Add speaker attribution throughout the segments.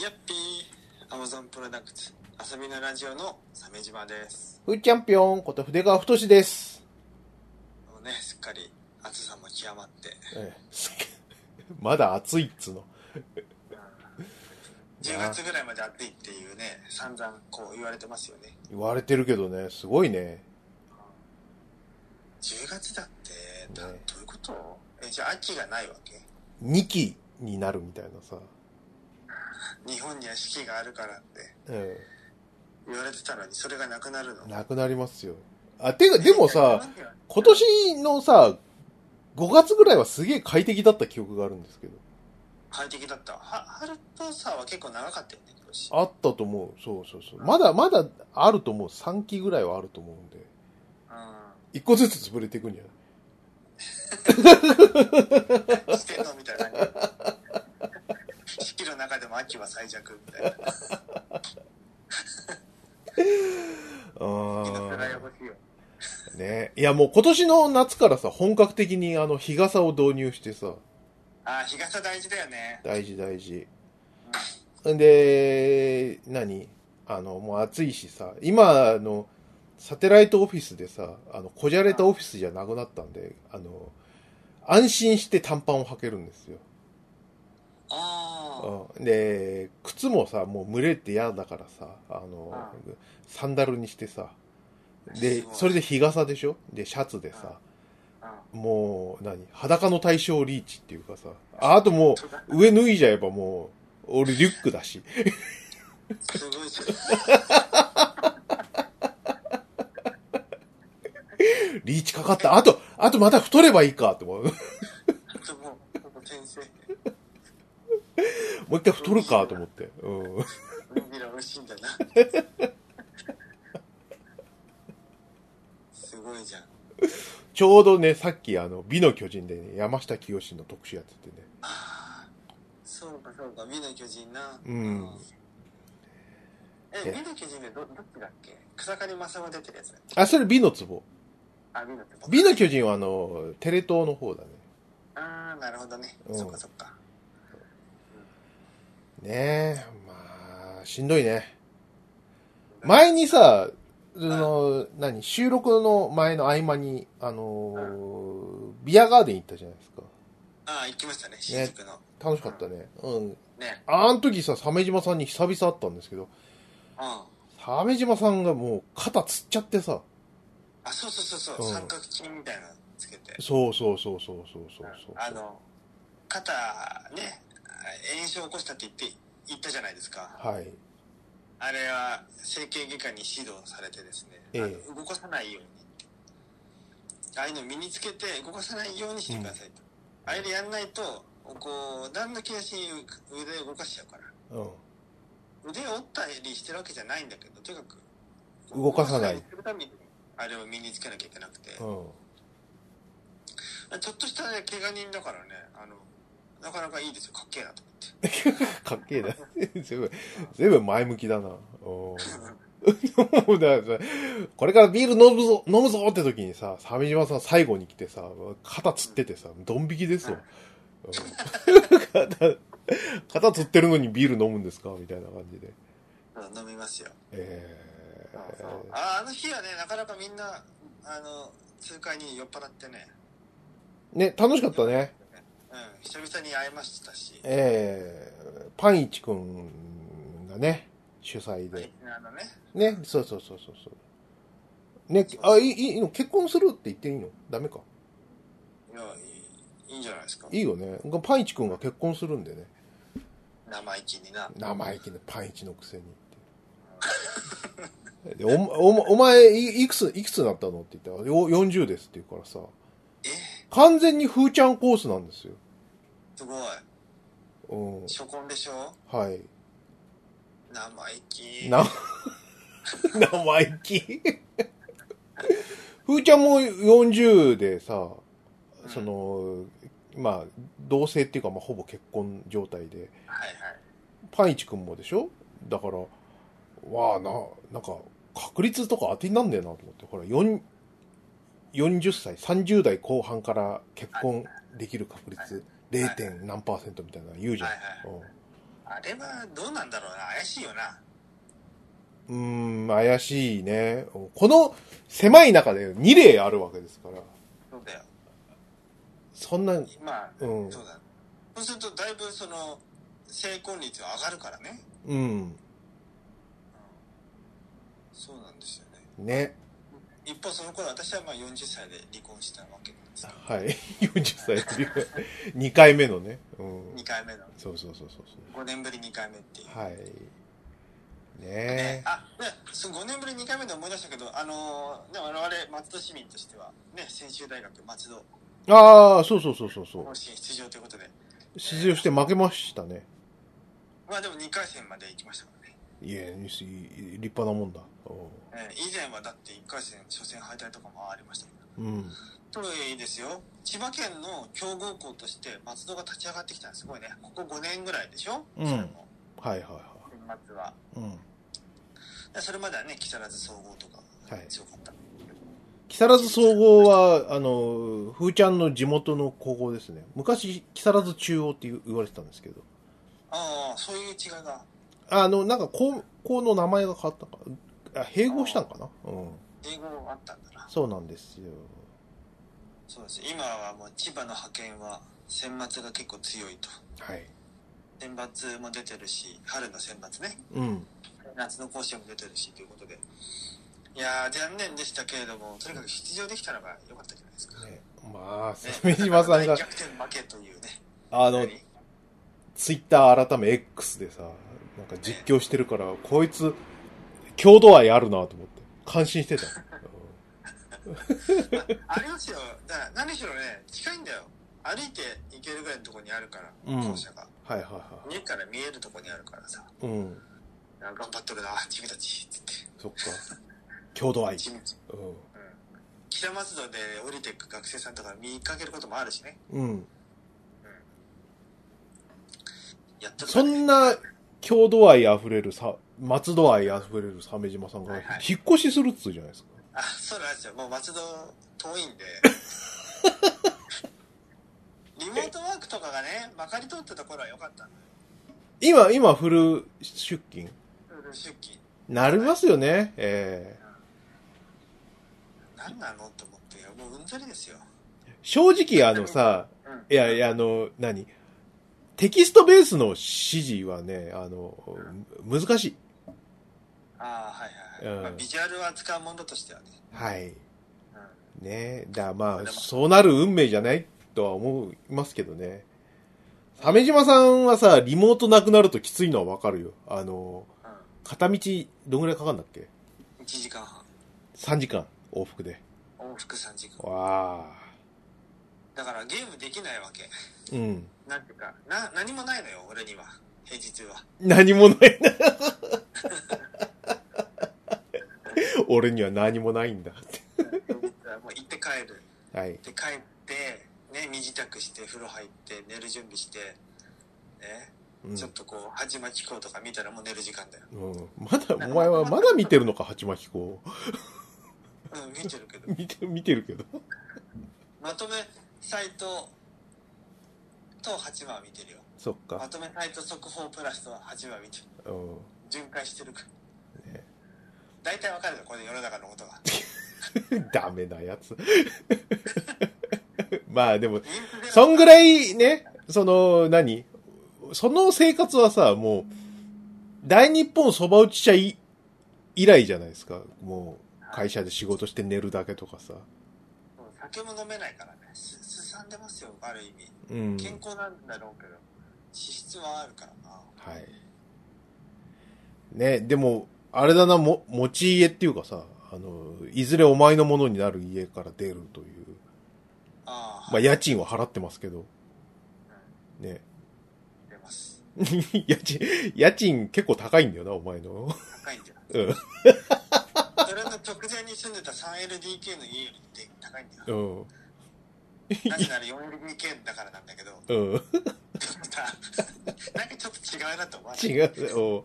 Speaker 1: やっぴー、アマゾンプロダクツ、遊びのラジオの鮫島です。
Speaker 2: ふーちゃんぴょんこと筆川太志です。
Speaker 1: もうね、すっかり暑さも極まって、
Speaker 2: ええ まだ暑いっつの。
Speaker 1: 10月ぐらいまで暑いっていうね、散々こう言われてますよね。
Speaker 2: 言われてるけどね、すごいね。
Speaker 1: 10月だって、だど
Speaker 2: ね
Speaker 1: ういうことえ、じゃあ秋がないわけ
Speaker 2: 2期になるみたいなさ。
Speaker 1: 日本には四季があるからって
Speaker 2: え
Speaker 1: 言われてたのに、それがなくなるの
Speaker 2: え。なくなりますよ。あ、てか、でもさ、
Speaker 1: え、
Speaker 2: 今年のさ、5月ぐらいはすげえ快適だった記憶があるんですけど。
Speaker 1: 快適だった。は春とさは結構長かったよね、今年。
Speaker 2: あったと思う。そうそうそう。まだまだあると思う。3期ぐらいはあると思うんで。1個ずつ潰れていくんじゃない
Speaker 1: うん。してんのみたいな感じ。四季の中でも秋は最弱みたいな。
Speaker 2: あ
Speaker 1: みんなそれは
Speaker 2: ー
Speaker 1: 欲しいよ。
Speaker 2: ねいやもう今年の夏からさ、本格的にあの日傘を導入してさ、
Speaker 1: あー、日傘大事だよね。
Speaker 2: 大事大事。んで、何あの、もう暑いしさ、今あの、サテライトオフィスでさ、あの、こじゃれたオフィスじゃなくなったんで、あの、安心して短パンを履けるんですよ。
Speaker 1: あ
Speaker 2: うんで、靴もさ、もう蒸れて嫌だからさ、あの、サンダルにしてさ、
Speaker 1: す
Speaker 2: で、
Speaker 1: ごい
Speaker 2: それで日傘でしょで、シャツでさ、
Speaker 1: あ。うん
Speaker 2: もう、何裸の対象リーチっていうかさ、ああともう、上脱いじゃえばもう、俺リュックだし。
Speaker 1: すごいじゃん。
Speaker 2: リーチかかった。あと、あとまた太ればいいかって思う。も う
Speaker 1: あともう、もう先生、
Speaker 2: 一回太るかと思って。うん。
Speaker 1: 麦が美味しいんだ な。すごいじゃん。
Speaker 2: ちょうどね、さっきあの、美の巨人でね、山下清の特集やっててね。
Speaker 1: ああ、そうかそうか、美の巨人な。
Speaker 2: うん
Speaker 1: え、
Speaker 2: え
Speaker 1: 美の巨人でど、どっちだっけ草刈正雄が出てるやつだっけ
Speaker 2: あ、それ美の壺。
Speaker 1: あ、美の巨人。
Speaker 2: 美の巨人はあの、テレ東の方だね。
Speaker 1: ああ、なるほどね。
Speaker 2: うん
Speaker 1: そっかそっか。
Speaker 2: ねえ、まあ、しんどいね。前にさ、その、何、収録の前の合間に、あのービアガーデン行ったじゃないですか。
Speaker 1: ああ、行きましたね、新宿の。
Speaker 2: 楽しかったね。うん。
Speaker 1: ね。
Speaker 2: あの時さ、鮫島さんに久々会ったんですけど、
Speaker 1: うん。
Speaker 2: 鮫島さんがもう肩つっちゃってさ、
Speaker 1: あ、そうそうそうそう、
Speaker 2: うん
Speaker 1: 三角筋みたいなのつけて。
Speaker 2: そうそうそうそうそうそうそう。
Speaker 1: あの、肩、ね、炎症を起こしたって言って、言ったじゃないですか。
Speaker 2: はい。
Speaker 1: あれは、整形外科に指導されてですね、
Speaker 2: ええ
Speaker 1: あの動かさないようにって。ああいうのを身につけて、動かさないようにしてくださいと。あれでやんないと、こう、何の気なしに腕を動かしちゃうから。
Speaker 2: う
Speaker 1: 腕を折ったりしてるわけじゃないんだけど、とにかく。
Speaker 2: 動かさな
Speaker 1: 動よ
Speaker 2: い
Speaker 1: うにするために、あれを身につけなきゃいけなくて。
Speaker 2: ん。うん。
Speaker 1: ちょっとしたね、怪我人だからね、あの、なかなかいいですよ、かっけえ なと思って。
Speaker 2: かっけえな。随分、随分前向きだな。うん。 もうだからさこれからビール飲むぞ、飲むぞって時にさ、鮫島さん最後に来てさ、肩つっててさ、ドン引きですわ。うん 肩、肩つってるのにビール飲むんですかみたいな感じで。
Speaker 1: うん飲みますよ。
Speaker 2: えー、
Speaker 1: ああの日はね、なかなかみんな、あの、痛快に酔っ払ってね、
Speaker 2: ね、楽しかったね。
Speaker 1: うん、久々に会えましたし、
Speaker 2: えー、パンイチくんがね、主催で。
Speaker 1: あのね、
Speaker 2: ね、そうそうそうそうそう。ね、あ、いい、いいの結婚するって言っていいのダメか。
Speaker 1: いやいいいいんじゃないですか。
Speaker 2: いいよね。パンイチくんが結婚するんでね。
Speaker 1: 生意気にな。
Speaker 2: 生意気なパンイチのくせにって。でおおお前いいくつ、いくつになったのって言ったら、よ40ですって言うからさ。
Speaker 1: え
Speaker 2: 完全にフーちゃんコースなんですよ。
Speaker 1: すごい。
Speaker 2: うん。
Speaker 1: 初婚でしょ
Speaker 2: はい。
Speaker 1: 生意気。
Speaker 2: な、 生意気ふーちゃんも40でさ、
Speaker 1: うん
Speaker 2: その、まあ、同棲っていうか、まあ、ほぼ結婚状態で、
Speaker 1: はいはい。
Speaker 2: パンイチくんもでしょだから、わあな、なんか、確率とか当てになんねえなと思って、ほら、4 40歳、30代後半から結婚できる確率0点何パーセントみたいなの言うじゃん
Speaker 1: はい。
Speaker 2: うん
Speaker 1: ああれはどうなんだろうな。怪しいよな。
Speaker 2: うーん、怪しいね。この狭い中で2例あるわけですから、
Speaker 1: そうだよ。
Speaker 2: そんな、う
Speaker 1: まあ、
Speaker 2: うん
Speaker 1: そうだ。そうすると、だいぶその、成婚率は上がるからね。
Speaker 2: ん、
Speaker 1: そうなんですよね。
Speaker 2: ね。
Speaker 1: 一方、その頃私はまあ40歳で離婚したわけなんですけど
Speaker 2: はい。40歳っていう、2回目のね。うん
Speaker 1: 2。回目の、
Speaker 2: そうそうそうそうそ
Speaker 1: 5年ぶり2回目っていう。
Speaker 2: う。はい。
Speaker 1: ね
Speaker 2: ね、
Speaker 1: あ、ね、その5年ぶり2回目で思い出したけど、あのーね、我々松戸市民としては、ね、専修大学松戸
Speaker 2: ああ、そうそうそうそうそ
Speaker 1: 甲子園出場ということで、
Speaker 2: う。出場して負けましたね。
Speaker 1: まあでも2回戦まで行きましたからね。
Speaker 2: いえ、い立派なもんだ。う
Speaker 1: えー以前はだって1回戦、初戦敗退とかもありましたけど。
Speaker 2: んうん。
Speaker 1: とはいえいいですよ。千葉県の強豪校として松戸が立ち上がってきたのすごいね。ここ5年ぐらいでしょ
Speaker 2: うん
Speaker 1: それも
Speaker 2: はいはいは
Speaker 1: 年末は。
Speaker 2: い。うん。
Speaker 1: でそれまではね、木更津総合とか
Speaker 2: はい
Speaker 1: 強かったんですけど。
Speaker 2: 木更津総合は、あの、ふーちゃんの地元の高校ですね。昔、木更津中央って言う言われてたんですけど。
Speaker 1: ああ、そういう違いが。
Speaker 2: あの、なんか高校の名前が変わったか。あ併合したんかなうん。
Speaker 1: 英語あったんだな。
Speaker 2: そうなんですよ。
Speaker 1: そうです。今はもう千葉の派遣は選抜が結構強いと。
Speaker 2: はい。
Speaker 1: 選抜も出てるし、春の選抜ね。
Speaker 2: うん。
Speaker 1: 夏の甲子園も出てるし、ということで。いやー、残念でしたけれども、とにかく出場できたのが良かったじゃないですか。
Speaker 2: ね、ま あ、
Speaker 1: ね
Speaker 2: 鮫島さんが
Speaker 1: 大、逆転負けというね。
Speaker 2: あの、ツイッター改め X でさ、なんか実況してるから、こいつ、郷土愛あるなと思って、感心 してた。
Speaker 1: ありますよ。だから何しろね、近いんだよ。歩いて行けるぐらいのところにあるから、
Speaker 2: うん
Speaker 1: 校舎が。
Speaker 2: はいはいは
Speaker 1: 家から見えるところにあるからさ。
Speaker 2: い。うん。
Speaker 1: あ頑張っとるな、自分たち。つって。
Speaker 2: そっか。郷土愛。
Speaker 1: 地道北松戸で降りてく学生さんとか見かけることもあるしね。
Speaker 2: うん。うん。
Speaker 1: やっとるか
Speaker 2: そ
Speaker 1: らね
Speaker 2: んな、郷土愛あふれるさ、松戸愛あふれる鮫島さんが
Speaker 1: はいはい、
Speaker 2: 引っ越しするっつうじゃないですか。
Speaker 1: あ、そうなんですよ。もう松戸遠いん で。リモートワークとかがね、まかり通ってた頃は良かったんだよ
Speaker 2: 今、今、フル出勤
Speaker 1: フル出勤。
Speaker 2: なりますよね。ええ
Speaker 1: 何なのと思って、もううんざりですよ。
Speaker 2: 正直、あのさ、
Speaker 1: うん
Speaker 2: いやいや、あの、何テキストベースの指示はね、あの、む難しい。
Speaker 1: ああ、はいはいはい。
Speaker 2: うん
Speaker 1: まあ、ビジュアルを扱うものとしてはね。
Speaker 2: はい。
Speaker 1: うん
Speaker 2: ねだからま
Speaker 1: で
Speaker 2: あ、
Speaker 1: も
Speaker 2: そうなる運命じゃないとは思いますけどね。鮫島さんはさ、リモートなくなるときついのはわかるよ。あの、
Speaker 1: う
Speaker 2: 片道、どんぐらいかかるんだっけ
Speaker 1: ん。1時間半。
Speaker 2: ?3 時間、往復で。
Speaker 1: 往復3時間。
Speaker 2: わあ。
Speaker 1: だからゲームできないわけ。
Speaker 2: うん。
Speaker 1: なんていうか、な、何もないのよ、俺には。平日 は。
Speaker 2: 何もないな。 俺には何もないんだって。
Speaker 1: 平日はもう行って帰る。
Speaker 2: はい。
Speaker 1: で、帰って、ね、身支度して、風呂入って、寝る準備して、ね、
Speaker 2: うん
Speaker 1: ちょっとこう、はじまきこうとか見たらもう寝る時間だよ。
Speaker 2: うん、まだ、お前はまだ見てるのか、鉢巻き子。
Speaker 1: うん、見てるけど。
Speaker 2: 見て、見てるけど。
Speaker 1: まとめサイトと8番は見てるよ。
Speaker 2: そっ
Speaker 1: ま
Speaker 2: か。
Speaker 1: とめサイト速報プラスと8番見てる。
Speaker 2: うん。
Speaker 1: 巡回してるから。大体わかるよ、これ世の中の ことが。
Speaker 2: ダメなやつ。 まあでも、
Speaker 1: 人数で
Speaker 2: そんぐらいね、その、何その生活はさ、もう、大日本そば打ち茶い以来じゃないですか。もう、会社で仕事して寝るだけとかさ。
Speaker 1: 酒も飲めないからね。す、すさんでますよ、ある意味。
Speaker 2: うん。
Speaker 1: 健康なんだろうけど、脂質はあるからな。
Speaker 2: はい。ね、でも、あれだな、も、持ち家っていうかさ、あの、いずれお前のものになる家から出るという。
Speaker 1: ああ、
Speaker 2: まあ、家賃は払ってますけど。ね。
Speaker 1: 出ます。
Speaker 2: 家賃、家賃結構高いんだよな、お前の。
Speaker 1: 高いんだよ。
Speaker 2: うん。
Speaker 1: それの直前に住んでた 3LDK の家よりで高いんだ
Speaker 2: う
Speaker 1: よ。
Speaker 2: ん。
Speaker 1: なぜなら 4LDK だからなんだけど、
Speaker 2: う
Speaker 1: ちょ
Speaker 2: ん。
Speaker 1: っとさ なんかちょっと違うなと思わない
Speaker 2: 違う、お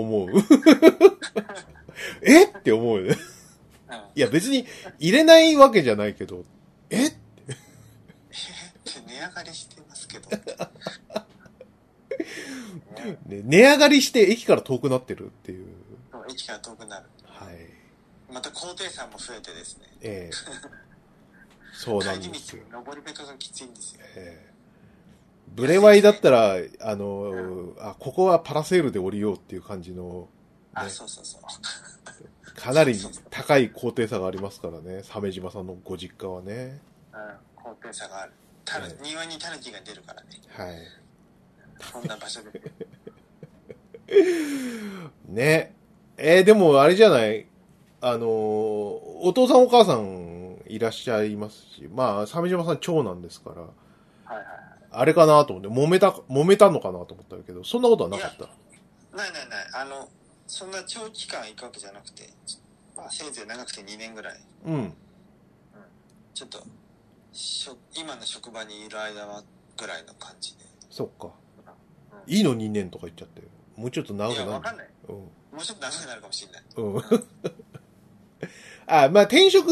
Speaker 2: 思う。えって思うよね。
Speaker 1: うん
Speaker 2: いや、別に入れないわけじゃないけど、え
Speaker 1: 値上がりしてますけど。ね
Speaker 2: ね値上がりして駅から遠くなってるっていう。
Speaker 1: そう駅から遠くなる。
Speaker 2: はい。
Speaker 1: また高低差も増えてですね。
Speaker 2: ええそうなん
Speaker 1: 帰
Speaker 2: で
Speaker 1: り
Speaker 2: す
Speaker 1: 道
Speaker 2: よ。、
Speaker 1: 登り坂がきついんですよ。
Speaker 2: ええブレワイだったら、あの、あ、ここはパラセールで降りようっていう感じの、
Speaker 1: あ、
Speaker 2: ね
Speaker 1: そうそうそう。
Speaker 2: かなり高い高低差がありますからね、鮫島さんのご実家はね。
Speaker 1: うん、高低差がある。たる
Speaker 2: ええ
Speaker 1: 庭にタヌキが出るからね。
Speaker 2: はい。
Speaker 1: こんな場所 で。
Speaker 2: ね。えーでもあれじゃないあのーお父さんお母さんいらっしゃいますし、まあ、鮫島さん長男ですから、
Speaker 1: はいはい
Speaker 2: あれかなと思って、揉めた、揉めたのかなと思ったけど、そんなことはなかった。
Speaker 1: ないないない。あの、そんな長期間行くわけじゃなくて、まあせいぜい長くて2年ぐらい。
Speaker 2: うん。
Speaker 1: ちょっと、しょ今の職場にいる間はぐらいの感じで。
Speaker 2: そっか。
Speaker 1: うん
Speaker 2: いいの2年とか言っちゃって。もうちょっと長
Speaker 1: い
Speaker 2: く
Speaker 1: や、
Speaker 2: な
Speaker 1: わ
Speaker 2: る
Speaker 1: か。んない。
Speaker 2: うん。
Speaker 1: もうちょっと長くなるかもしれない。
Speaker 2: うん。 あ、まあ転職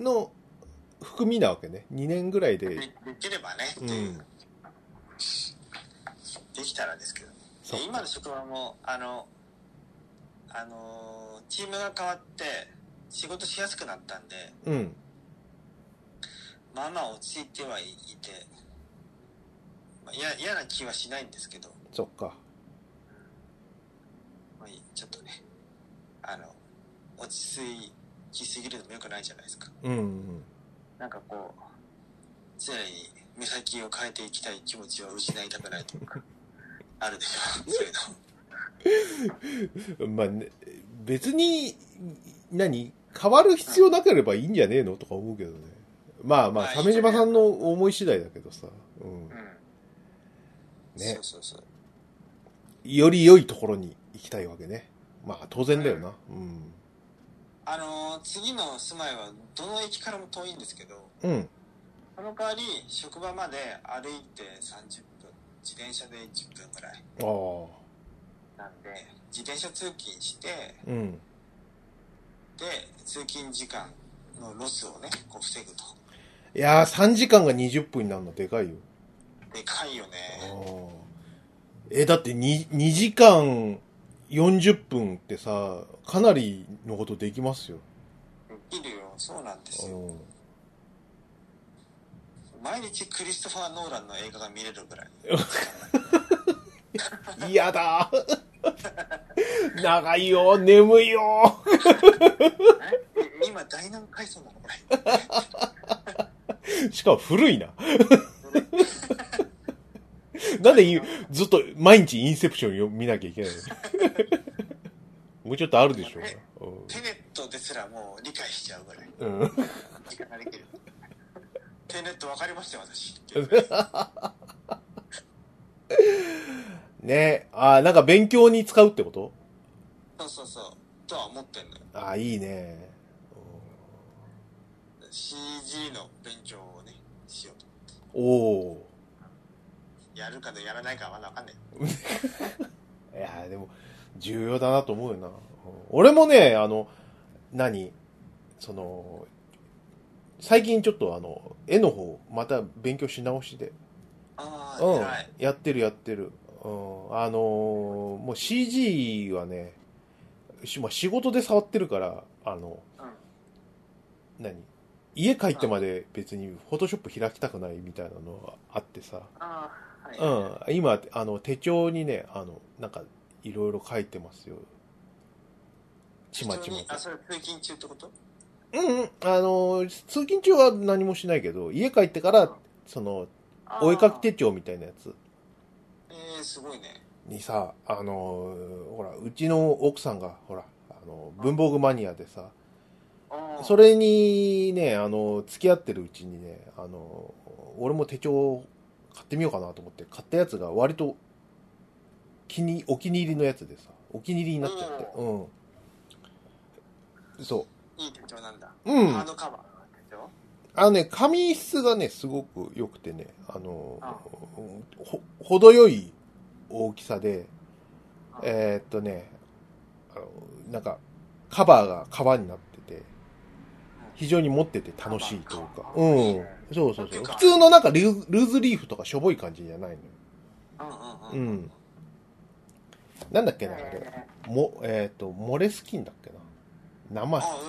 Speaker 2: の含みなわけね。2年ぐらいで。
Speaker 1: でできればね、って
Speaker 2: う。
Speaker 1: いうんできたらですけど。
Speaker 2: そっ
Speaker 1: で今の職場も、あの、あのー、チームが変わって、仕事しやすくなったんで、
Speaker 2: うん。
Speaker 1: まあまあ落ち着いてはいて、まあ、いや嫌な気はしないんですけど、
Speaker 2: そっか。
Speaker 1: まあ、いちょっとね、あの、落ち着きすぎるのも良くないじゃないですか。
Speaker 2: うんうん。
Speaker 1: なんかこう、常に目先を変えていきたい気持ちは失いたくないという か、あるでしょ、そういうの。
Speaker 2: まあ、ね、別に、何変わる必要なければいいんじゃねえのとか思うけどね。まあま
Speaker 1: ま
Speaker 2: あ、
Speaker 1: あ
Speaker 2: 鮫島さんの思い次第だけどさ。うん。
Speaker 1: うん。
Speaker 2: ね
Speaker 1: そうそうそう。
Speaker 2: より良いところに行きたいわけね。まあ、当然だよな。うん。
Speaker 1: あのー次の住まいはどの駅からも遠いんですけど、
Speaker 2: うん。
Speaker 1: その代わり職場まで歩いて30分、自転車で10分ぐらい
Speaker 2: ああ。
Speaker 1: なんで、自転車通勤して、
Speaker 2: うん。
Speaker 1: で、通勤時間のロスをね、こう防ぐと。
Speaker 2: いやー、3時間が20分になるのでかいよ。
Speaker 1: でかいよ
Speaker 2: あ
Speaker 1: ね。
Speaker 2: ーえ、だって2、2時間40分ってさ、かなりのことできますよ。
Speaker 1: できるよ、そうなんですよ。
Speaker 2: うん
Speaker 1: 毎日クリストファー・ノーランの映画が見れるぐらい。
Speaker 2: 嫌だ長いよ眠いよ
Speaker 1: え今、第何回そうなのこれ。
Speaker 2: しかも古いな。なんでいずっと毎日インセプションを見なきゃいけないのもうちょっとあるでしょ
Speaker 1: テネットですらもう理解しちゃうぐらい。
Speaker 2: う。うん。うん
Speaker 1: 時間ができる。テネット分かりましたよ、私。
Speaker 2: ねああ、なんか勉強に使うってこと
Speaker 1: そうそうそう。とは思ってんのよ。
Speaker 2: ああ、いいね。
Speaker 1: CG の勉強をね、しようと。
Speaker 2: おお
Speaker 1: やるかでやらないかはまだ分かんない。
Speaker 2: ー。いやー、でも、重要だなと思うよな。うん俺もね、あの、何その、最近ちょっとあの、絵の方、また勉強し直しで。
Speaker 1: ああ、
Speaker 2: うん
Speaker 1: 偉い。。
Speaker 2: やってるやってる。うん。あのーもう CG はね、しまあ、仕事で触ってるから、あの、
Speaker 1: うん
Speaker 2: 何家帰ってまで別にフォトショップ開きたくないみたいなのがあってさ。
Speaker 1: ああ、はい。
Speaker 2: うん。今、あの、手帳にね、あの、なんか、いろいろ書いてますよ。ちまちま
Speaker 1: 普通にあ、それ通勤中ってこと
Speaker 2: と。うんうん。あのー、通勤中は何もしないけど、家帰ってから、その、お絵かき
Speaker 1: て。
Speaker 2: 手帳みたいなやつ。
Speaker 1: ええー、すごいね。
Speaker 2: にさ、あのーほら、うちの奥さんが、ほら、あの文房具マニアでさ、
Speaker 1: ああ。
Speaker 2: それにね、あの付き合ってるうちにね、あの俺も手帳買ってみようかなと思って、買ったやつが割と、気に、お気に入りのやつでさ、お気に入りになっちゃって、うん。そ
Speaker 1: いい手帳なんだ。
Speaker 2: う。うん。
Speaker 1: ハー
Speaker 2: あ
Speaker 1: ドカバーの手帳
Speaker 2: のね、紙質がね、すごく良くてね、あの
Speaker 1: あ
Speaker 2: ほ、程よい大きさで、
Speaker 1: あ
Speaker 2: えーっとね、あの、なんか、カバーが革になってて、非常に持ってて楽しいという
Speaker 1: カバ
Speaker 2: か。
Speaker 1: ー革
Speaker 2: うん。そうそうそう。
Speaker 1: なんていうか
Speaker 2: 普通のなんかルールーズリーフとかしょぼい感じじゃないのよ。
Speaker 1: うんうん
Speaker 2: う
Speaker 1: うん。
Speaker 2: ん。なんだっけな、あれ。も、えっ、と、モレスキンだっけな。名前。
Speaker 1: あ、うん、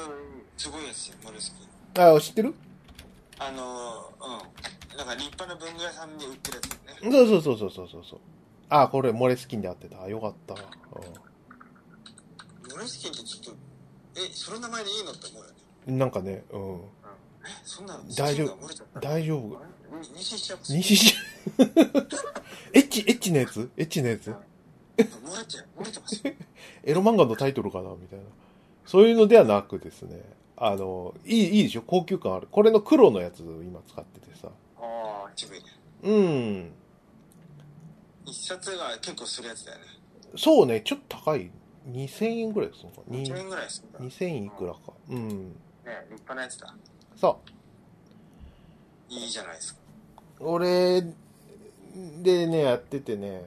Speaker 1: すごいやつよ、モルスキン。
Speaker 2: あ、知ってる
Speaker 1: あのー、うん。なんか立派な文具屋さんに売ってるやつよね。
Speaker 2: そうそうそうそうそうそうそう。あ、これ、モレスキンで合ってた。よかった。
Speaker 1: モルスキンってちょっと、え、その名前でいいのって思うよね。
Speaker 2: うん、なんかね、うん。
Speaker 1: え、そんなの
Speaker 2: 大
Speaker 1: スキン
Speaker 2: 丈夫
Speaker 1: が漏れちゃった
Speaker 2: 大丈夫。
Speaker 1: あれに妊娠しちゃう。
Speaker 2: 西し エッチ、エッチなやつエッチなやつ
Speaker 1: 漏れちゃう。漏れてますよ。
Speaker 2: エロ漫画のタイトルかなみたいな。そういうのではなくですね。あの、いい、いいでしょ高級感ある。これの黒のやつ今使っててさ。
Speaker 1: ああ、渋いね。
Speaker 2: うん。
Speaker 1: 一冊が結構するやつだよね。
Speaker 2: そうね、ちょっと高い。2000円ぐらいですのかに
Speaker 1: 1円ぐらいするんだ。ね
Speaker 2: ?2000 円いくらか。うん。
Speaker 1: 立派なやつだ。
Speaker 2: そ
Speaker 1: いいじゃないですか。
Speaker 2: う。俺、でね、やっててね、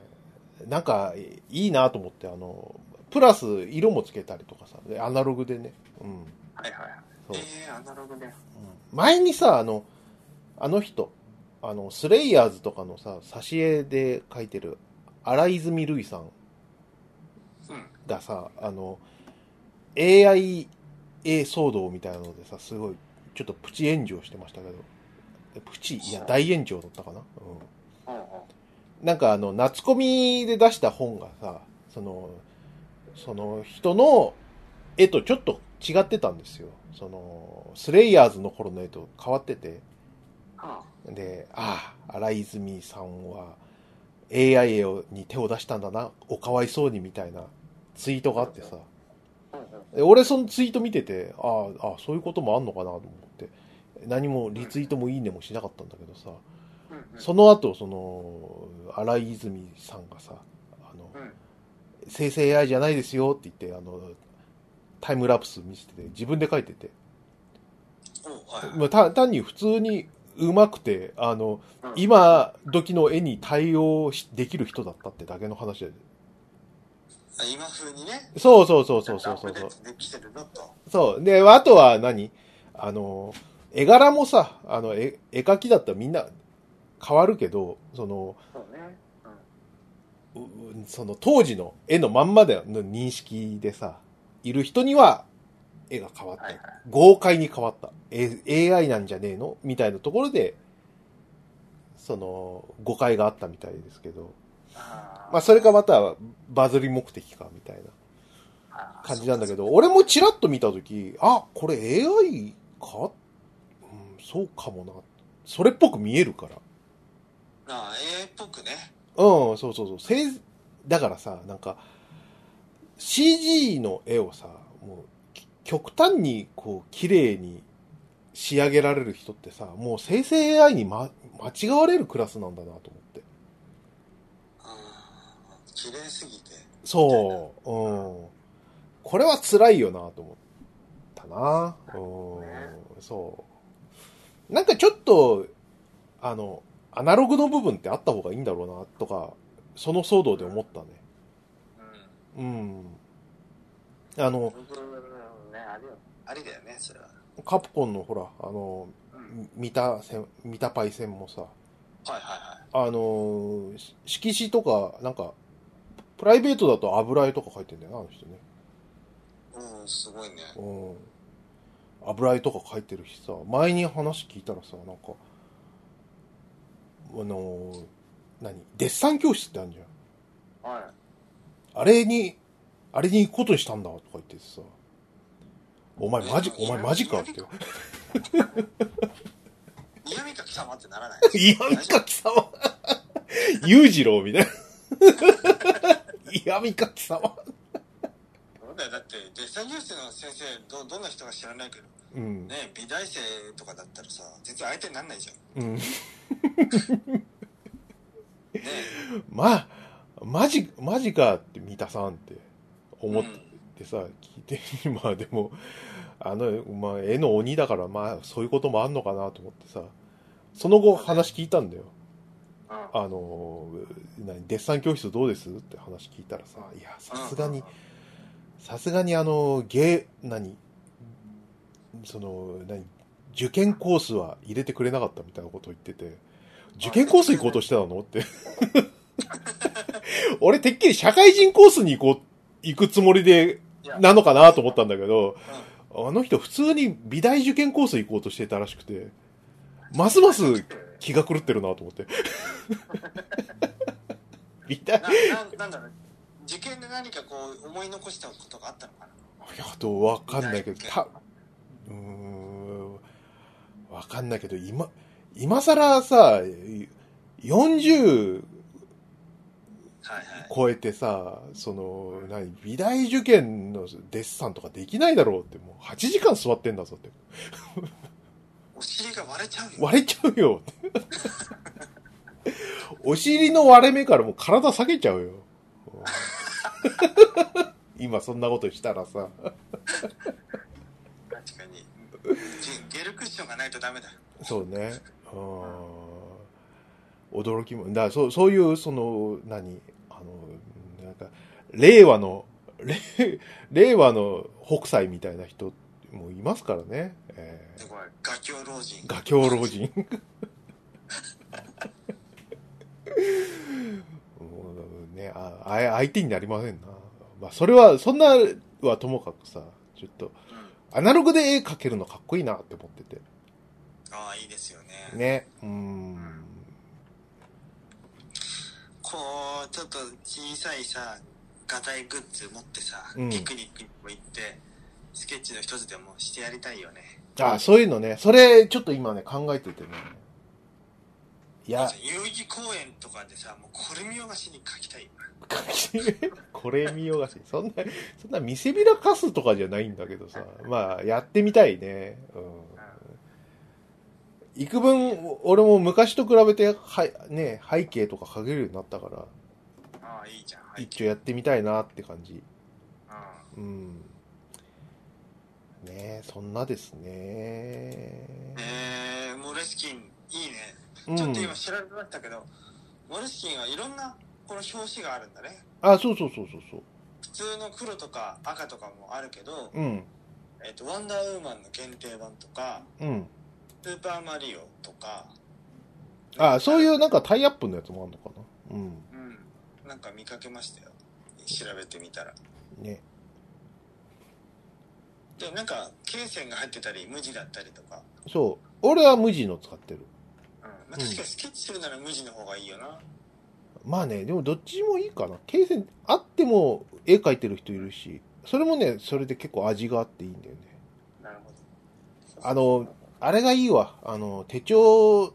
Speaker 2: なんか、いいなと思って、あの、プラス色もつけたりとかさ、でアナログでね。うん。
Speaker 1: はいはいはい。
Speaker 2: そう。
Speaker 1: ええー、アナログね。
Speaker 2: 前にさあのあの人あのスレイヤーズとかのさ挿絵で描いてる荒泉るいさん
Speaker 1: うん。
Speaker 2: がさあの AI 騒動みたいなのでさすごいちょっとプチ炎上してましたけどえプチいや大炎上だったかな、うん、
Speaker 1: うんうん。
Speaker 2: なんかあの、夏コミで出した本がさ、その、その人の絵とちょっと違ってたんですよ。その、スレイヤーズの頃の絵と変わってて。
Speaker 1: は
Speaker 2: で、ああ、荒泉さんは AI 絵をに手を出したんだな、おかわいそうにみたいなツイートがあってさ。
Speaker 1: あ。うんうん。
Speaker 2: で俺そのツイート見てて、ああ、ああそういうこともあんのかなと思って、何もリツイートもいいねもしなかったんだけどさ。
Speaker 1: うんうん。
Speaker 2: その後、その、荒井泉さんがさ、あの、
Speaker 1: うん
Speaker 2: 生成 AI じゃないですよって言って、あの、タイムラプス見せてて、自分で書いてて、
Speaker 1: おはいはい。
Speaker 2: まあ、た単に普通に上手くて、あの、
Speaker 1: うん、
Speaker 2: 今時の絵に対応しできる人だったってだけの話で。
Speaker 1: あ今風にね。
Speaker 2: そうそうそうそうそうそう
Speaker 1: ちゃん
Speaker 2: そう
Speaker 1: と。アップデートできてるぞと。
Speaker 2: そう。で、あとは何あの、絵柄もさ、あの、絵絵描きだったらみんな変わるけど、その、
Speaker 1: そうね。
Speaker 2: うその当時の絵のまんまでの認識でさ、いる人には絵が変わった。
Speaker 1: はいはい
Speaker 2: 豪快に変わった。A、i なんじゃねえのみたいなところで、その、誤解があったみたいですけど。
Speaker 1: あー
Speaker 2: まあ、それかまたバズり目的かみたい
Speaker 1: あ
Speaker 2: な
Speaker 1: ー
Speaker 2: 感じなんだけど、
Speaker 1: そう
Speaker 2: 俺もチラッと見たとき、あ、これ AI か、うん、そうかもな。それっぽく見えるから。
Speaker 1: なあ、ええっぽくね。
Speaker 2: うん、そうそうそう。せい、だからさ、なんか、CG の絵をさ、もう、き極端に、こう、綺麗に仕上げられる人ってさ、もう生成 AI に、ま、間違われるクラスなんだなと思って。
Speaker 1: ああ、綺麗すぎて。
Speaker 2: そう、うん。これは辛いよなと思ったな。うん、そう。なんかちょっと、あの、アナログの部分ってあった方がいいんだろうな、とか、その騒動で思ったね。
Speaker 1: うん。
Speaker 2: うん。あの、
Speaker 1: 僕ね、ありよ。ありだよね、それは。
Speaker 2: カプコンのほら、あの、
Speaker 1: うん。
Speaker 2: み見た線、見たパイセンもさ、
Speaker 1: はいは
Speaker 2: あの、し色紙とか、なんか、プライベートだと油絵とか書いてんだよな、あの人ね。
Speaker 1: いはい。うん、すごいね。
Speaker 2: うん。油絵とか書いてるしさ、前に話聞いたらさ、なんか、あの、何デッサン教室ってあるじゃん。
Speaker 1: は
Speaker 2: あれに、あれに行くことにしたんだとか言ってさ、お前マジ、お前マジかって。
Speaker 1: い。嫌味か貴様ってならない。
Speaker 2: いや、三垣様。裕次郎みたいな。いや、三垣様。
Speaker 1: そうだよ、だって、デッサンニュースの先生、ど、どんな人か知らないけど、
Speaker 2: うん。
Speaker 1: ね、美大生とかだったらさ、全然相手になんないじゃん。
Speaker 2: うん。
Speaker 1: ね、
Speaker 2: まあ、マジ、マジかって、三田さんって思っ
Speaker 1: うん
Speaker 2: てさ、聞いて、まあでも、あの、まあ、絵の鬼だから、まあ、そういうこともあんのかなと思ってさ、その後話聞いたんだよ。
Speaker 1: あ、
Speaker 2: あの、何、デッサン教室どうですって話聞いたらさ、いや、さすがに、さすがにあの、ゲー、何その、何受験コースは入れてくれなかったみたいなことを言ってて、受験コース行こうとしてたのって。俺てっきり社会人コースに行こう、行くつもりで、
Speaker 1: いや
Speaker 2: なのかなと思ったんだけど、あの人普通に美大受験コース行こうとしてたらしくて、ますます気が狂ってるなと思って。美大、い
Speaker 1: なななんだろう受験で何かこう思い残したことがあったのかな
Speaker 2: や、どうわかんないけど、た、うーん、わかんないけど、今、今更さ、40
Speaker 1: はいはい
Speaker 2: 超えてさ、その、何、美大受験のデッサンとかできないだろうって、もう8時間座ってんだぞって。
Speaker 1: お尻が割れちゃうよ
Speaker 2: 割れちゃうよ って。お尻の割れ目からもう体下げちゃうよ。 今そんなことしたらさ。
Speaker 1: 確かにゲゲルクッションがないとダメだ
Speaker 2: そうね。うん驚きも。だからそう、そういう、その、何あの、なんか、令和の、 令令和の北斎みたいな人もいますからね。えー
Speaker 1: すごい画狂老人
Speaker 2: 画狂老人。 もうね、ああ相手になりませんな。まあ、それは、そんなはともかくさ、ちょっと、
Speaker 1: うん
Speaker 2: アナログで絵描けるのかっこいいなって思ってて。
Speaker 1: ああいいですよね
Speaker 2: ね。うーん。
Speaker 1: こうちょっと小さいさ画材グッズ持ってさ、
Speaker 2: うん
Speaker 1: ピクニックにも行ってスケッチの一つでもしてやりたいよね
Speaker 2: あ、そういうのね。それ、ちょっと今ね、考えててね。いや、
Speaker 1: 遊戯公園とかでさもうこれ見よがしに描きたい
Speaker 2: これ見よがし。そんな、そんな見せびらかすとかじゃないんだけどさ。まあ、やってみたいね。うん。幾分、俺も昔と比べて、はい、ね、背景とか描けるようになったから、
Speaker 1: ああいいじゃんはい
Speaker 2: 一応やってみたいなって感じ。
Speaker 1: うん
Speaker 2: うん。ねそんなですね。
Speaker 1: えー、モレスキン、いいね。
Speaker 2: うん
Speaker 1: ちょっと今調べましたけど、モレスキンはいろんなこの表紙があるんだね。
Speaker 2: あ、そうそうそうそうそう。
Speaker 1: 普通の黒とか赤とかもあるけど、
Speaker 2: うん。
Speaker 1: えっ、と、ワンダーウーマンの限定版とか、
Speaker 2: うん。
Speaker 1: スーパーマリオとか、。
Speaker 2: あ、そういううなんかタイアップのやつもあるのかな。うん。
Speaker 1: うん。なんか見かけましたよ。調べてみたら。
Speaker 2: ね。
Speaker 1: で、なんか、罫線が入ってたり、無地だったりとか。
Speaker 2: そう。俺は無地の使ってる。
Speaker 1: うん。まあ、確かにスケッチするなら無地の方がいいよな。
Speaker 2: まあね、でもどっちもいいかな。経線あっても絵描いてる人いるし、それもね、それで結構味があっていいんだよね。
Speaker 1: なるほど。
Speaker 2: あの、あれがいいわ。あの、手帳、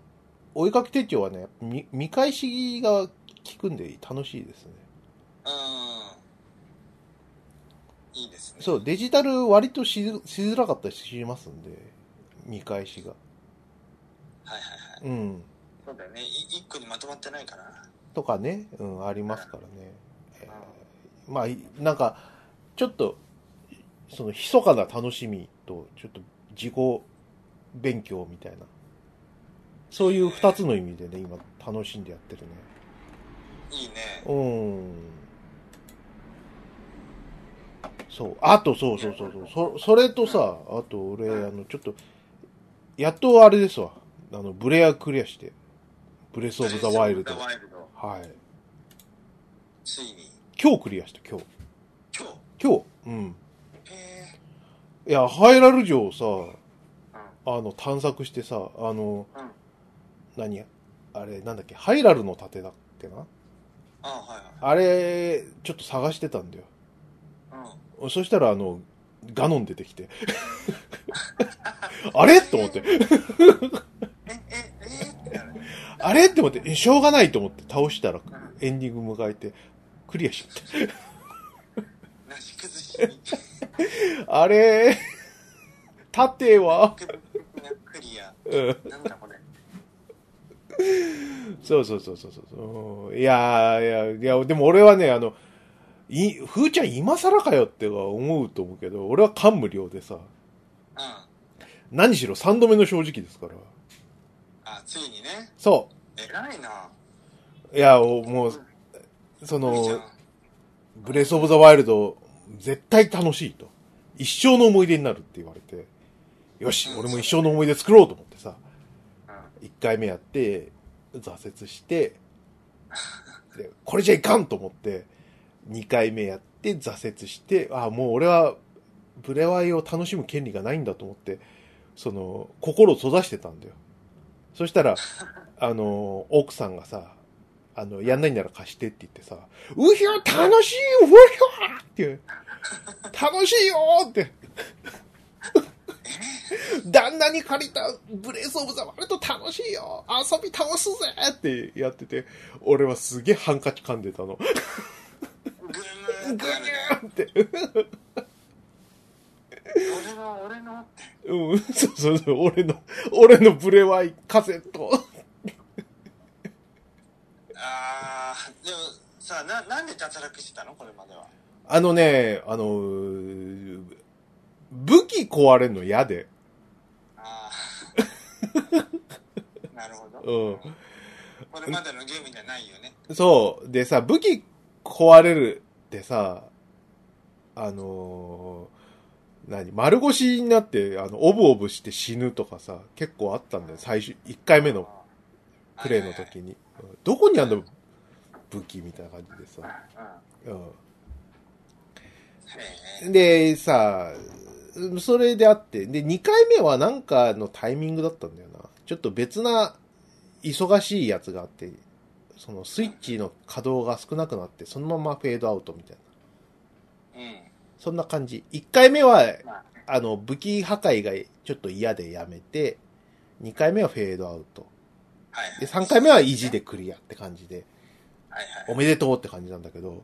Speaker 2: お絵描き手帳はね、見見返しが効くんで楽しいですね。
Speaker 1: うん。いいですね。
Speaker 2: そう、デジタル割としずしづらかったりしますんで、見返しが。
Speaker 1: はいはいはい。
Speaker 2: うん。
Speaker 1: そうだよね。い一個にまとまってないからな。
Speaker 2: とかね、うん、ありますからね。えーまあ、いなんか、ちょっと、その、密かな楽しみと、ちょっと、自己勉強みたいな。そういう二つの意味でね、今、楽しんでやってるね。
Speaker 1: いいね。
Speaker 2: うん。そう。あと、そうそうそうそう。そ、それとさ、あと、俺、あの、ちょっと、やっとあれですわ。あの、ブレアクリアして。ブレスオブザワイルド。
Speaker 1: ブレ
Speaker 2: は
Speaker 1: スオブザワイルド
Speaker 2: い。
Speaker 1: ついに。
Speaker 2: 今日クリアした、今日。
Speaker 1: 今
Speaker 2: 今日。うん。
Speaker 1: 日。へえ。
Speaker 2: いや、ハイラル城をさ、
Speaker 1: うん。
Speaker 2: あの、探索してさ、あの、
Speaker 1: うん。
Speaker 2: 何あれ、なんだっけ、ハイラルの盾だっけな
Speaker 1: あは
Speaker 2: あれ、ちょっと探してたんだよ。
Speaker 1: いはい。うん。
Speaker 2: そしたら、あの、ガノン出てき て。あれと思って。
Speaker 1: え、え、えーってなる。
Speaker 2: あれって思って、えしょうがないと思って倒したら
Speaker 1: ん、
Speaker 2: エンディング迎えて、クリアしちゃっ
Speaker 1: なし崩し に。
Speaker 2: た。あれ盾は、
Speaker 1: クリア。
Speaker 2: うん
Speaker 1: なんだこれ。
Speaker 2: そうそうそうそうそう。うんいやーいや、いや、でも俺はね、あの、い、ふーちゃん今更かよっては思うと思うけど、俺は感無量でさ、
Speaker 1: うん。あ、
Speaker 2: 何しろ3度目の正直ですから。
Speaker 1: ついにね。
Speaker 2: そ
Speaker 1: 偉いな。
Speaker 2: う。いや、おもう、そ
Speaker 1: いいじゃ
Speaker 2: の、
Speaker 1: ん。
Speaker 2: ブレスオブザワイルド、絶対楽しいと。一生の思い出になるって言われて、よし、俺も一生の思い出作ろうと思ってさ、
Speaker 1: うん。
Speaker 2: 1回目やって、挫折して、で、これじゃいかんと思って、2回目やって挫折して、あ、もう俺は、ブレワイを楽しむ権利がないんだと思って、その、心を閉ざしてたんだよ。そしたら、あの、奥さんがさ、あの、やんないなら貸してって言ってさ、うひょ楽しいようひょって、楽しいよーって。旦那に借りたブレイスオブザワールド楽しいよ遊び倒すぜってやってて、俺はすげえハンカチ噛んでたの。
Speaker 1: グ
Speaker 2: ぐ
Speaker 1: ー
Speaker 2: に
Speaker 1: ってなるね
Speaker 2: ゃーって。
Speaker 1: 俺の俺のって
Speaker 2: うん、そうそうそう、俺の、俺のブレワイカセット。
Speaker 1: あーでもさななんで脱落してたのこれまでは
Speaker 2: あのね、あのー、武器壊れるの嫌で。
Speaker 1: ああなるほど、
Speaker 2: うん
Speaker 1: これまでのゲームじゃないよね
Speaker 2: そう。でさ、武器壊れるってさ、あのー何丸腰になって、あの、オブオブして死ぬとかさ、結構あったんだよ。最初、1回目のプレイの時に。うんどこにあんの武器みたいな感じでさ。
Speaker 1: うんへえ
Speaker 2: うん。で、さ、それであって、で、2回目はなんかのタイミングだったんだよな。ちょっと別な忙しいやつがあって、そのスイッチの稼働が少なくなって、そのままフェードアウトみたいな。
Speaker 1: うん
Speaker 2: そんな感じ。1回目は、
Speaker 1: まあ
Speaker 2: あの、武器破壊がちょっと嫌でやめて、2回目はフェードアウト。
Speaker 1: はいはい
Speaker 2: で、3回目は意地でクリアって感じで、
Speaker 1: はい
Speaker 2: おめでとうって感じなんだけど、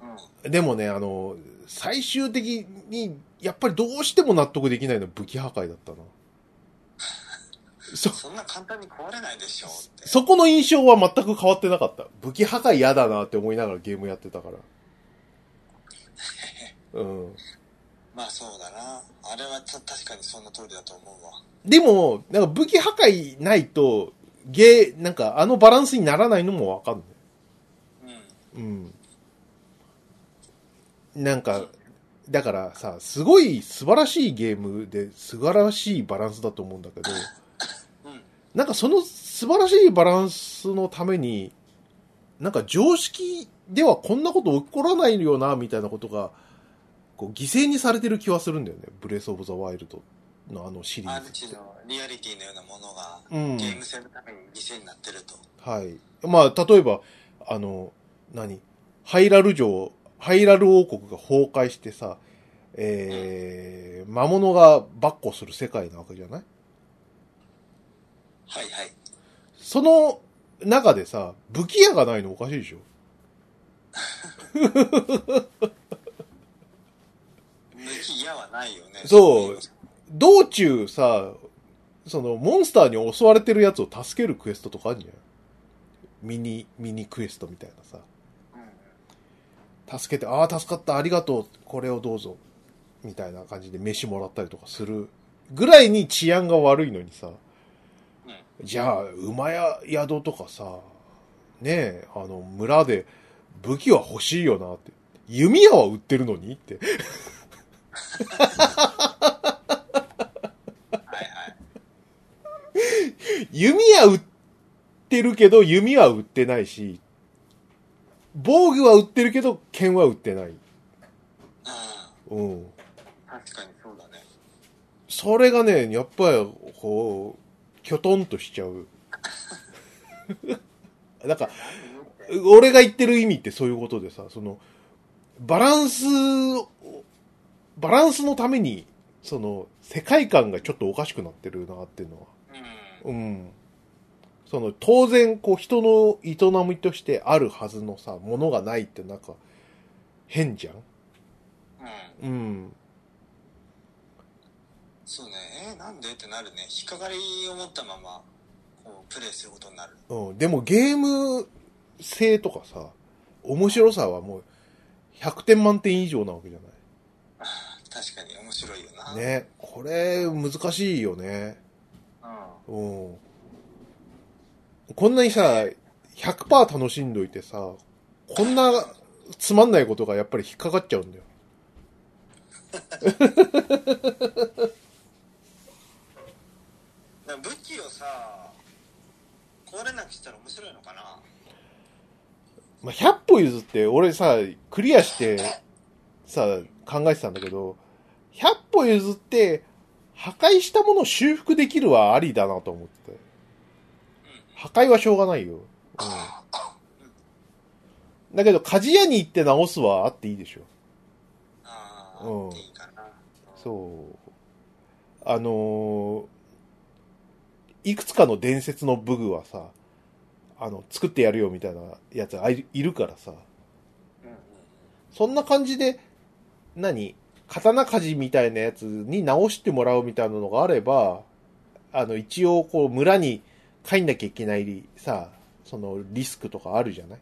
Speaker 1: はい、
Speaker 2: でもね、あの、最終的に、やっぱりどうしても納得できないのは武器破壊だったな。そ
Speaker 1: うん、、そんな簡単に壊れないでしょって
Speaker 2: そこの印象は全く変わってなかった。武器破壊嫌だなって思いながらゲームやってたから。うん。
Speaker 1: まあそうだなあれはた確かにそんな通りだと思うわ
Speaker 2: でも、なんか武器破壊ないと、ゲー、なんかあのバランスにならないのもわかんない。
Speaker 1: うん
Speaker 2: うん。なんか、だからさ、すごい素晴らしいゲームで素晴らしいバランスだと思うんだけど、
Speaker 1: うん
Speaker 2: なんかその素晴らしいバランスのために、なんか常識ではこんなこと起こらないよな、みたいなことが、こう、犠牲にされてる気はするんだよね。ブレスオブザワイルドのあのシリ
Speaker 1: ア
Speaker 2: ー
Speaker 1: ル
Speaker 2: ズ。
Speaker 1: チのリアリティのようなものが
Speaker 2: うん
Speaker 1: ゲ。ーム性のために犠牲になってると、
Speaker 2: はい。まあ、例えば、あの、何ハイラル城、ハイラル王国が崩壊してさ、えー、魔物が跋扈する世界なわけじゃない
Speaker 1: はいはい
Speaker 2: その中でさ、武器屋がないのおかしいでしょ
Speaker 1: 抜き嫌はないよね
Speaker 2: そう
Speaker 1: い
Speaker 2: 道中さ、そのモンスターに襲われてるやつを助けるクエストとかあるじゃん。ミニ、ミニクエストみたいな
Speaker 1: うんうん
Speaker 2: さ。助けて、ああ、助かった、ありがとう、これをどうぞ。みたいな感じで飯もらったりとかするぐらいに治安が悪いのにさ。じゃあ、馬や宿とかさ、ねえ、あの、村で武器は欲しいよなって。弓矢は売ってるのにって。
Speaker 1: はいはい
Speaker 2: 弓矢売ってるけど、弓は売ってないし、防具は売ってるけど、剣は売ってない。
Speaker 1: う
Speaker 2: うん。
Speaker 1: ん確かにそうだね
Speaker 2: それがね、やっぱり、こう、きょとんとしちゃう。 なんか、俺が言ってる意味ってそういうことでさ、その、バランスを、バランスのために、その、世界観がちょっとおかしくなってるなっていうのは
Speaker 1: うん
Speaker 2: うん。その、当然、こう、人の営みとしてあるはずのさ、ものがないってなんか、変じゃん
Speaker 1: うん
Speaker 2: うん。
Speaker 1: そうね、えーなんでってなるね。引っかかりを持ったまま、こう、プレイすることになる。
Speaker 2: うん。でも、ゲーム性とかさ、面白さはもう、100点満点以上なわけじゃな
Speaker 1: 確かに面白いよな。
Speaker 2: い。ね。これ、難しいよね。
Speaker 1: うん。
Speaker 2: うん。こんなにさ、100%楽しんどいてさ、こんなつまんないことがやっぱり引っかかっちゃうんだよ。
Speaker 1: だから武器をさ、壊れなくしたら面白いのかな。
Speaker 2: まあ、100歩譲って、俺さ、クリアして、さ、考えてたんだけど、100歩譲って、破壊したものを修復できるはありだなと思って。破壊はしょうがないよ。うん。だけど、鍛冶屋に行って直すはあっていいでしょ。
Speaker 1: ああ、
Speaker 2: うん
Speaker 1: いいかな。
Speaker 2: そう。あのーいくつかの伝説の武具はさ、あの、作ってやるよみたいなやつがいるいるからさ、
Speaker 1: うんうん
Speaker 2: そんな感じで、何刀鍛冶みたいなやつに直してもらうみたいなのがあれば、あの、一応、こう、村に帰んなきゃいけないさ、その、リスクとかあるじゃない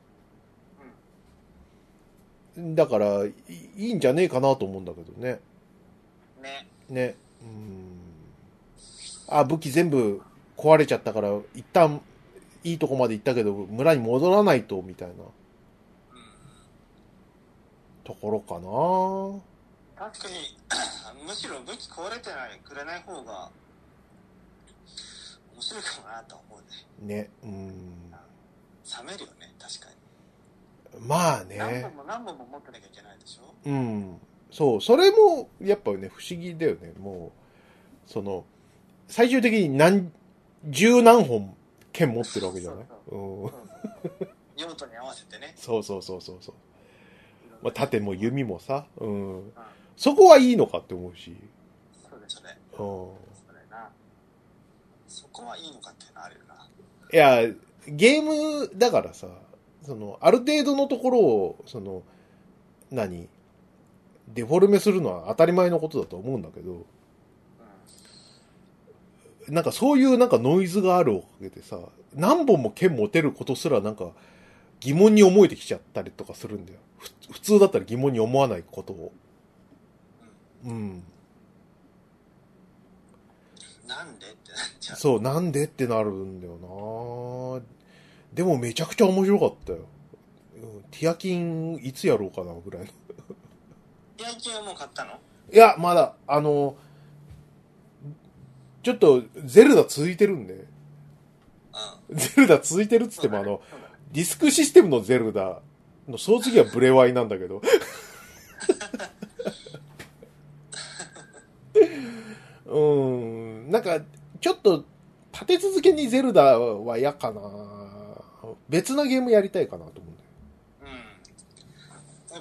Speaker 2: だから、いいいんじゃねえかなと思うんだけどね。
Speaker 1: うん。ね。
Speaker 2: ね。うん。あ、武器全部壊れちゃったから、一旦、いいとこまで行ったけど、村に戻らないと、みたいな
Speaker 1: うん
Speaker 2: ところかな
Speaker 1: 確か に、むしろ武器壊れてない、くれない方が、面白いかもなと思うね。
Speaker 2: ね。うん。
Speaker 1: 冷めるよね、確かに。
Speaker 2: まあ
Speaker 1: 何
Speaker 2: ね
Speaker 1: 本。も何本も持ってなきゃいけないでしょ
Speaker 2: うん。そう。それも、やっぱね、不思議だよね。もう、その、最終的に何、十何本剣持ってるわけじゃないうん。
Speaker 1: 用途に合わせてね。
Speaker 2: そうそうそうそうそう。まあ、盾も弓もさ、うん。
Speaker 1: うん
Speaker 2: そこはいいのかって思うし。
Speaker 1: そうですね。
Speaker 2: うん。
Speaker 1: それな。そこはいいのかっていうのあるよな。
Speaker 2: いや、ゲームだからさ、その、ある程度のところを、その、何デフォルメするのは当たり前のことだと思うんだけど、
Speaker 1: う
Speaker 2: なんかそういうなんかノイズがあるおかげでさ、何本も剣持てることすらなんか疑問に思えてきちゃったりとかするんだよ。ふ普通だったら疑問に思わないことを。うん。
Speaker 1: ん。なんでってなっちゃう。
Speaker 2: そう、なんでってなるんだよなでもめちゃくちゃ面白かったよ。うんティアキンいつやろうかなぐらいの
Speaker 1: 焼きはもう買ったの
Speaker 2: いや、まだ、あの、ちょっと、ゼルダ続いてるんで、
Speaker 1: う
Speaker 2: ゼルダ続いてるっつっても、あの、ディスクシステムのゼルダの、その次はブレワイなんだけ ど。うーん、なんか、ちょっと、立て続けにゼルダは嫌かな別なゲームやりたいかなと思うんだよ。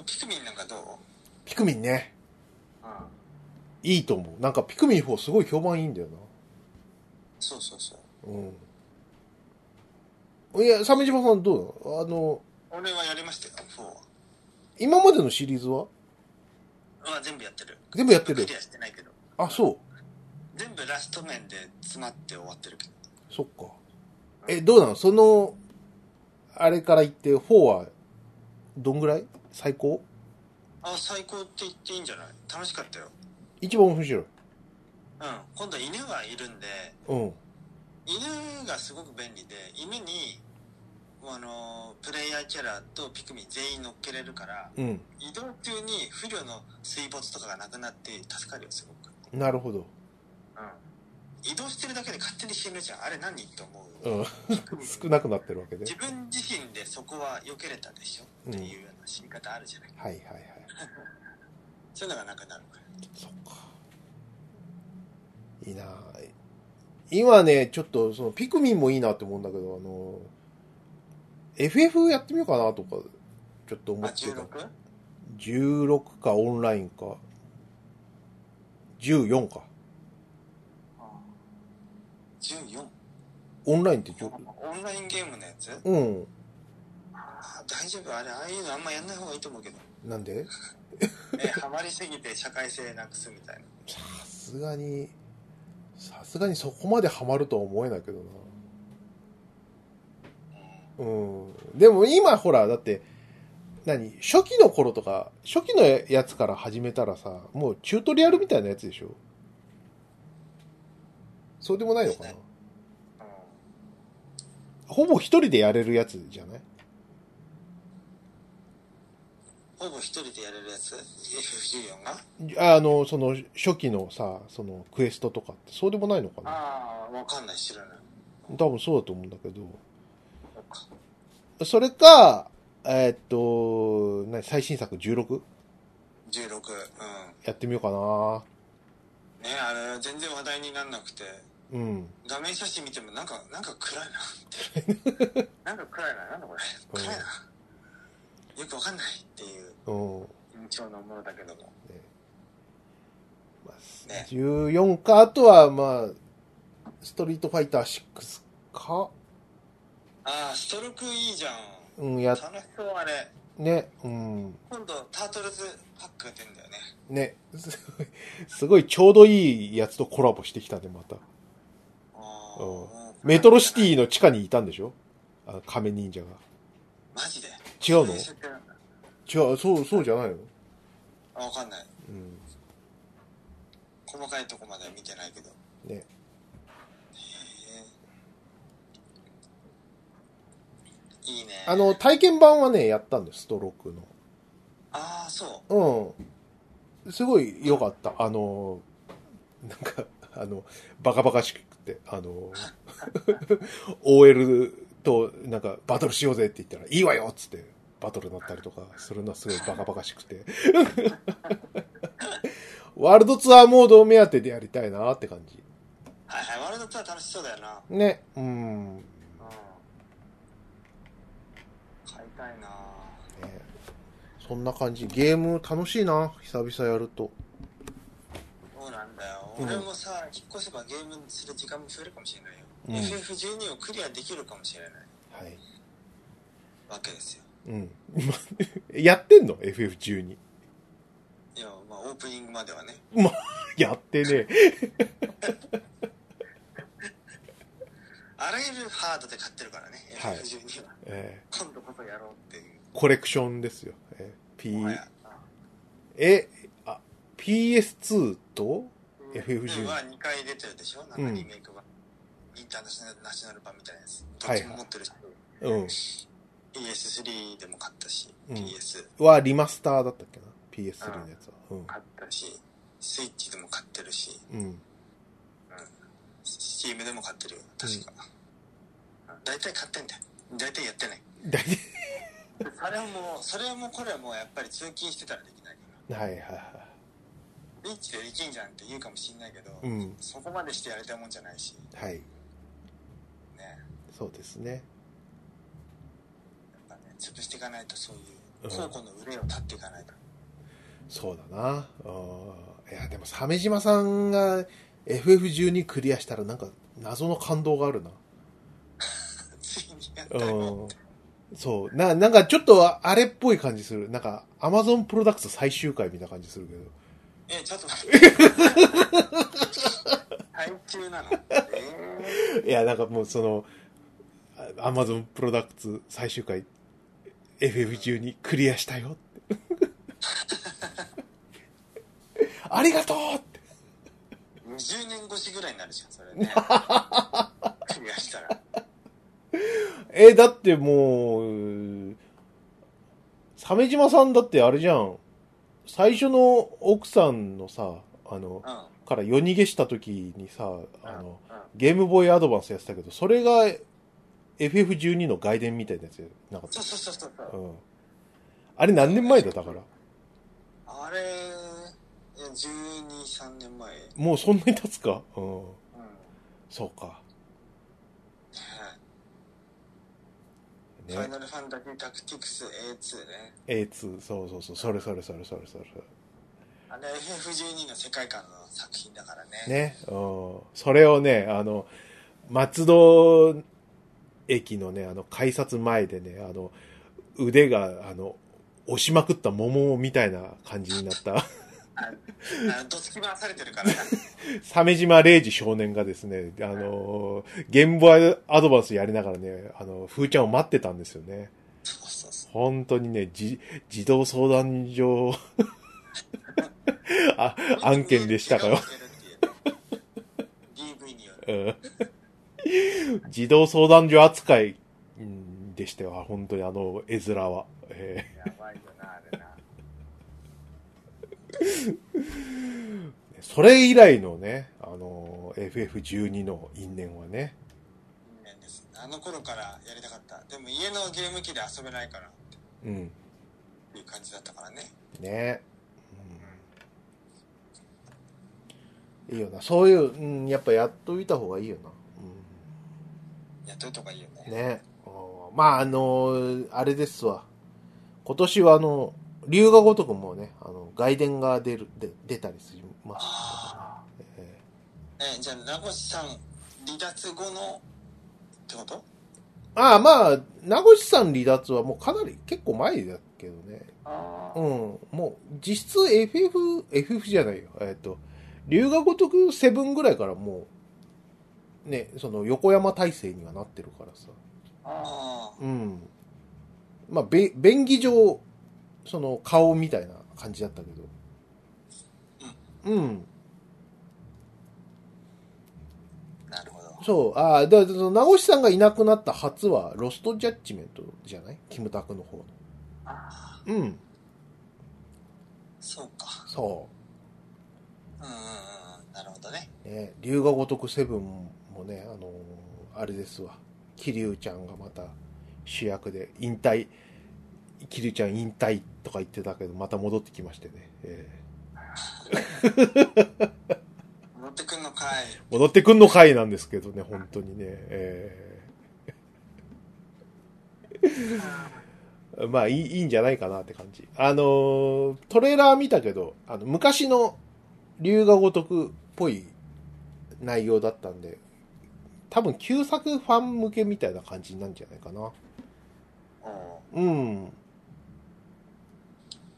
Speaker 1: ん。うん。ピクミンなんかどう
Speaker 2: ピクミンね、
Speaker 1: うん。
Speaker 2: いいと思う。なんか、ピクミン4すごい評判いいんだよな。
Speaker 1: そうそうそう。
Speaker 2: うん。いや、鮫島さんどうなのあの、
Speaker 1: 俺はやりましたよ、4は。
Speaker 2: 今までのシリーズは
Speaker 1: まあ全部やってる。
Speaker 2: 全部やってる
Speaker 1: クリアしてないけど。
Speaker 2: あ、そう。
Speaker 1: 全部ラスト面で詰まって終わってるけど。
Speaker 2: そっか。え、どうなのその、あれから言って、4は、どんぐらい最高
Speaker 1: あ、最高って言っていいんじゃない楽しかったよ。
Speaker 2: 一番面白
Speaker 1: う
Speaker 2: い。
Speaker 1: ん。今度犬がいるんで、
Speaker 2: うん。
Speaker 1: 犬がすごく便利で、犬に、あの、プレイヤーキャラとピクミン全員乗っけれるから、
Speaker 2: うん。
Speaker 1: 移動中に不慮の水没とかがなくなって助かるよ、すごく。
Speaker 2: なるほど。
Speaker 1: うん。移動してるだけで勝手に死ぬじゃん。あれ何って思う。
Speaker 2: うん。
Speaker 1: ピクミン
Speaker 2: 少なくなってるわけで。
Speaker 1: 自分自身でそこは避けれたでしょっていうような死に方あるじゃない、
Speaker 2: はいはいはい。
Speaker 1: そういうのがなくなるから
Speaker 2: そっか。いいなぁ今ね、ちょっと、その、ピクミンもいいなって思うんだけど、あの、FF やってみようかなとか、ちょっと思
Speaker 1: あ
Speaker 2: ってた
Speaker 1: 16?。
Speaker 2: 16かオンラインか。14か。
Speaker 1: 14
Speaker 2: オンラインってちょっ
Speaker 1: オンラインゲームのやつ
Speaker 2: と、うん。
Speaker 1: あー大丈夫あれああいうのあんまやんない方がいいと思うけど
Speaker 2: なんで
Speaker 1: えハマりすぎて社会性なくすみたいな
Speaker 2: さすがに、さすがにそこまでハマるとは思えないけどな。うん。でも今ほら、だって、何初期の頃とか、初期のやつから始めたらさ、もうチュートリアルみたいなやつでしょそうでもないのかな
Speaker 1: う
Speaker 2: ほぼ一人でやれるやつじゃない
Speaker 1: ん、ほぼ一人でやれるやつ F14 が
Speaker 2: あの、その、初期のさ、その、クエストとかって、そうでもないのかな
Speaker 1: ああわかんない知らない
Speaker 2: 多分そうだと思うんだけど。
Speaker 1: そっか
Speaker 2: それか、ええーっと、何、最新作 16?
Speaker 1: 16。うん。
Speaker 2: やってみようかな
Speaker 1: ねあれ、全然話題にならなくて。
Speaker 2: うん。
Speaker 1: 画面写真見てもなんか、なんか暗いなって。なんか暗いな、なんだこれ。暗いな。よくわかんないっていう
Speaker 2: うん。
Speaker 1: 印象のものだけども。
Speaker 2: まあ
Speaker 1: ね
Speaker 2: 14か、あとは、まあ、ストリートファイター6か、
Speaker 1: ああ、ストロークいいじゃん。
Speaker 2: うん、や、
Speaker 1: 楽しそう、あれ。
Speaker 2: ね、うん、
Speaker 1: 今度、タートルズパックが出るんだよね。
Speaker 2: ね、 すごいすごいちょうどいいやつとコラボしてきたね、また。
Speaker 1: あ
Speaker 2: うん
Speaker 1: ー
Speaker 2: メトロシテ。
Speaker 1: もう
Speaker 2: ィの地下にいたんでしょあの仮面忍者が。
Speaker 1: マジで
Speaker 2: 違
Speaker 1: そ
Speaker 2: うの
Speaker 1: い設定なんだ
Speaker 2: 違う、そう、そうじゃないの
Speaker 1: あわかんない。
Speaker 2: うん。
Speaker 1: 細かいとこまでは見てないけど。
Speaker 2: ね。
Speaker 1: へえ。いいね。
Speaker 2: あの、体験版はね、やったんです、ストロークの。
Speaker 1: ああ、そ
Speaker 2: うん。すごい良かった。あの、なんか、あの、バカバカしくて、あ の、OL となんかバトルしようぜって言ったら、いいわよっつってバトルになったりとかするのはすごいバカバカしく て。ワールドツアーモードを目当てでやりたいなって感じ。
Speaker 1: う。はいはい、ワールドツアー楽しそうだよな。
Speaker 2: ね。うん。ね
Speaker 1: うん。買いたいな
Speaker 2: そんな感じ。ゲーム楽しいな。久々やると。
Speaker 1: そうなんだよ。
Speaker 2: うん
Speaker 1: 俺もさ、引っ越せばゲームする時間も増えるかもしれないよ。
Speaker 2: うん
Speaker 1: FF12 をクリアできるかもしれない
Speaker 2: はい。
Speaker 1: わけですよ。
Speaker 2: うん。 やってんの ?FF12。
Speaker 1: いや、まあオープニングまではね。
Speaker 2: やってね
Speaker 1: あらゆるハードで買ってるからね、
Speaker 2: はい
Speaker 1: FF12 は。
Speaker 2: え
Speaker 1: 今度こそやろうっていう。
Speaker 2: ーコレクションですよ。え
Speaker 1: もは
Speaker 2: ー、
Speaker 1: や
Speaker 2: P、え、あ、PS2 と
Speaker 1: うん
Speaker 2: FF12
Speaker 1: は2回出てるでしょなん
Speaker 2: う
Speaker 1: か
Speaker 2: ん
Speaker 1: リメイク版。インターナショナルナショナル版みたいなやつ。ど
Speaker 2: は
Speaker 1: っ
Speaker 2: い
Speaker 1: ちも持ってるし、
Speaker 2: うん。
Speaker 1: PS3 でも買ったし、
Speaker 2: うん
Speaker 1: PS
Speaker 2: はリマスターだったっけな ?PS3 のやつは。うん。
Speaker 1: 買ったし、スイッチでも買ってるし、
Speaker 2: うん。
Speaker 1: スチームでも買ってるよ、確か。大体買ってんだよ。大体やってない。
Speaker 2: 大体。
Speaker 1: それはもう、それはもうこれはもうやっぱり通勤してたらできないか
Speaker 2: はいはいは
Speaker 1: ら。リッチでできんじゃんって言うかもしんないけど、
Speaker 2: い。うん。
Speaker 1: そこまでしてやりたいもんじゃないし、
Speaker 2: はい。
Speaker 1: ね。
Speaker 2: そうですね。
Speaker 1: やっぱね、潰していかないとそういううん高庫の憂いを立っていかないと。
Speaker 2: そうだな。あーいや、でも、鮫島さんが FF12 クリアしたらなんか謎の感動があるな。
Speaker 1: ついにやったよ。
Speaker 2: うん。そう。な、なんかちょっとあれっぽい感じする。なんか、アマゾンプロダクツ最終回みたいな感じするけど。
Speaker 1: え、ちょっと待 って。配中なの。え
Speaker 2: いや、なんかもうその、アマゾンプロダクツ最終回、FF12 クリアしたよって。ありがとうって。
Speaker 1: ー、20年越しぐらいになるじゃん、そ れね。クリアしたら。
Speaker 2: え、だってもう、鮫島さんだってあれじゃん。最初の奥さんのさ、あの、
Speaker 1: うん。
Speaker 2: から夜逃げした時にさ、あの、
Speaker 1: うん、
Speaker 2: ゲームボーイアドバンスやってたけど、それが FF12 の外伝みたいなやつやなかった
Speaker 1: そうそうそうそうそう。
Speaker 2: うん。あれ何年前だだから。
Speaker 1: あれ、いや12、3年前。うん。
Speaker 2: もうそんなに経つかうん。そうか。
Speaker 1: ねファイ
Speaker 2: ね。
Speaker 1: ナルファンタジータクティクス A2 ね。
Speaker 2: A2。そうそうそう。それそれそれそれそれそ
Speaker 1: あれ FF12 の世界観の作品だからね。
Speaker 2: れ。ね。うん。それをね、あの、松戸駅のね、あの、改札前でね、あの、腕が、あの、押しまくった桃みたいな感じになった、
Speaker 1: ああの、どつき回されてるからね。
Speaker 2: 鮫島礼二少年がですね、あの、ゲームボーイアドバンスやりながらね、あの、風ちゃんを待ってたんですよね。
Speaker 1: そうそうそう。
Speaker 2: 本当にね、じ、児童相談所 あ、案件でしたから。。
Speaker 1: DV による。
Speaker 2: うん児童相談所扱いうんでしては、本当にあの、絵面は。え
Speaker 1: やばいよな、あれな。
Speaker 2: ーそれ以来のね、あの、FF12 の因縁はね、
Speaker 1: 人間ですあの頃からやりたかった。でも家のゲーム機で遊べないから。
Speaker 2: うん。
Speaker 1: いう感じだったからね。
Speaker 2: ねうん。いいよな。そういう、うん、やっぱやっといた方がいいよな。
Speaker 1: やっといた方がいいよね。
Speaker 2: うん。ね。あーまあ、あのーあれですわ。今年はあの、龍が如くもね、あの、外伝が出る、で出たりします。
Speaker 1: あ
Speaker 2: え
Speaker 1: あ。え、じゃあ、名越さん、離脱後の、ってこと
Speaker 2: ーああ、まあ、名越さん離脱はもうかなり、結構前だけどね。
Speaker 1: あ
Speaker 2: うん。もう、実質 FF、FF じゃないよ。えっ、と、龍が如くセブンぐらいからもう、ね、その横山体制にはなってるからさ。
Speaker 1: あ
Speaker 2: うん。まあ、べ、便宜上、その顔みたいな感じだったけど。うん。
Speaker 1: ー。なるほど。
Speaker 2: そう。ああ、だからその、名越さんがいなくなった初は、ロストジャッジメントじゃないキムタクの方の。
Speaker 1: ああ。
Speaker 2: うん。
Speaker 1: そうか。
Speaker 2: そう。
Speaker 1: うんうんうん。なるほどね。
Speaker 2: ね、龍が如くセブンもね、あのーあれですわ。桐生ちゃんがまた主役で引退、桐生ちゃん引退とか言ってたけど、また戻ってきましてね。え
Speaker 1: 戻ってくんのかい。
Speaker 2: ー戻ってくんの回なんですけどね、本当にね。えーまあいい、いいんじゃないかなって感じ。あのートレーラー見たけど、あの、昔の龍が如くっぽい内容だったんで、多分旧作ファン向けみたいな感じなんじゃないかな。
Speaker 1: お
Speaker 2: うん。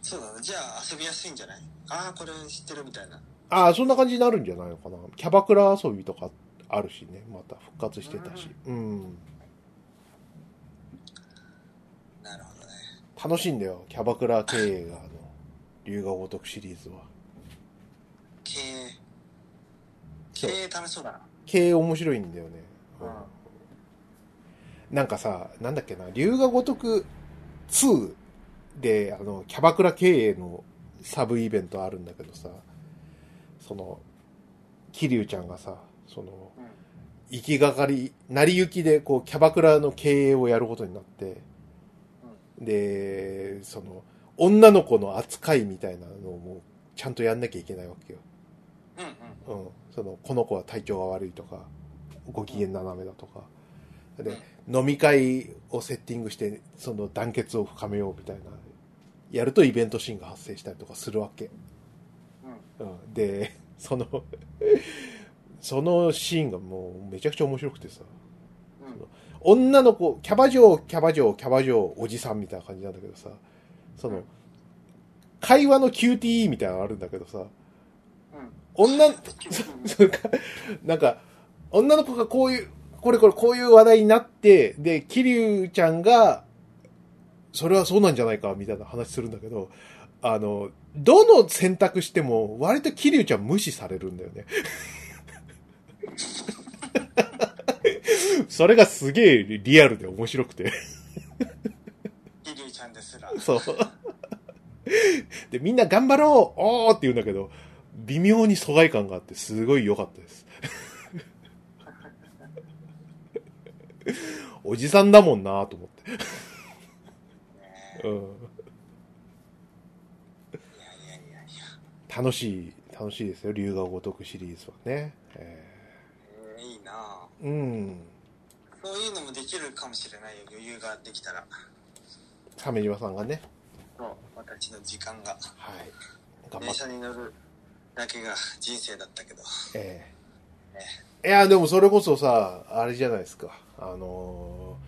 Speaker 1: そうだね。じゃあ、遊びやすいんじゃないああ、これ知ってるみたいな。
Speaker 2: ああ、そんな感じになるんじゃないのかな。キャバクラ遊びとかあるしね、また復活してたし。うん。
Speaker 1: なるほどね。
Speaker 2: 楽しいんだよ、キャバクラ経営が、あの、龍が如くシリーズは。
Speaker 1: 経営。経
Speaker 2: そう
Speaker 1: 営楽しそうだな。
Speaker 2: 経営面白いんだよね。うん
Speaker 1: うん
Speaker 2: なんかさ、なんだっけな、龍が如く2で、あの、キャバクラ経営のサブイベントあるんだけどさ、その、桐生ちゃんがさ、その、
Speaker 1: うん。
Speaker 2: 行きがかり、成り行きで、こう、キャバクラの経営をやることになって、で、その、女の子の扱いみたいなのをもうちゃんとやんなきゃいけないわけよ。
Speaker 1: うんうん。
Speaker 2: うん。その、この子は体調が悪いとか、ご機嫌斜めだとか。で、飲み会をセッティングして、その団結を深めようみたいな。やるとイベントシーンが発生したりとかするわけ。
Speaker 1: うん。うん。
Speaker 2: うん、で、その、そのシーンがもうめちゃくちゃ面白くてさ。
Speaker 1: うん。
Speaker 2: 女の子、キャバ嬢、キャバ嬢、キャバ嬢、おじさんみたいな感じなんだけどさ、その、会話の QTE みたいなのがあるんだけどさ、
Speaker 1: うん。
Speaker 2: 女、 そうかなんか、女の子がこういう、これこれこういう話題になって、で、桐生ちゃんが、それはそうなんじゃないか、みたいな話するんだけど、あの、どの選択しても、割と桐生ちゃん無視されるんだよね。 それがすげえリアルで面白くて。
Speaker 1: リリーちゃんですら。
Speaker 2: そう。で、みんな頑張ろうおーって言うんだけど、微妙に疎外感があって、すごい良かったです。 おじさんだもんなと思っ
Speaker 1: ね
Speaker 2: て。う
Speaker 1: い
Speaker 2: ん。
Speaker 1: やいやいやいや。
Speaker 2: 楽しい、楽しいですよ。龍が如くシリーズはね。え
Speaker 1: えーいいなあ
Speaker 2: ーうん。
Speaker 1: そういうのもできるかもしれないよ。余裕ができたら。
Speaker 2: 鮫島さんがね。
Speaker 1: そう。私の時間が。
Speaker 2: はい。頑張
Speaker 1: 電
Speaker 2: って。
Speaker 1: 車に乗るだけが人生だったけど。
Speaker 2: ええいや、でもそれこそさ、あれじゃないですか。あの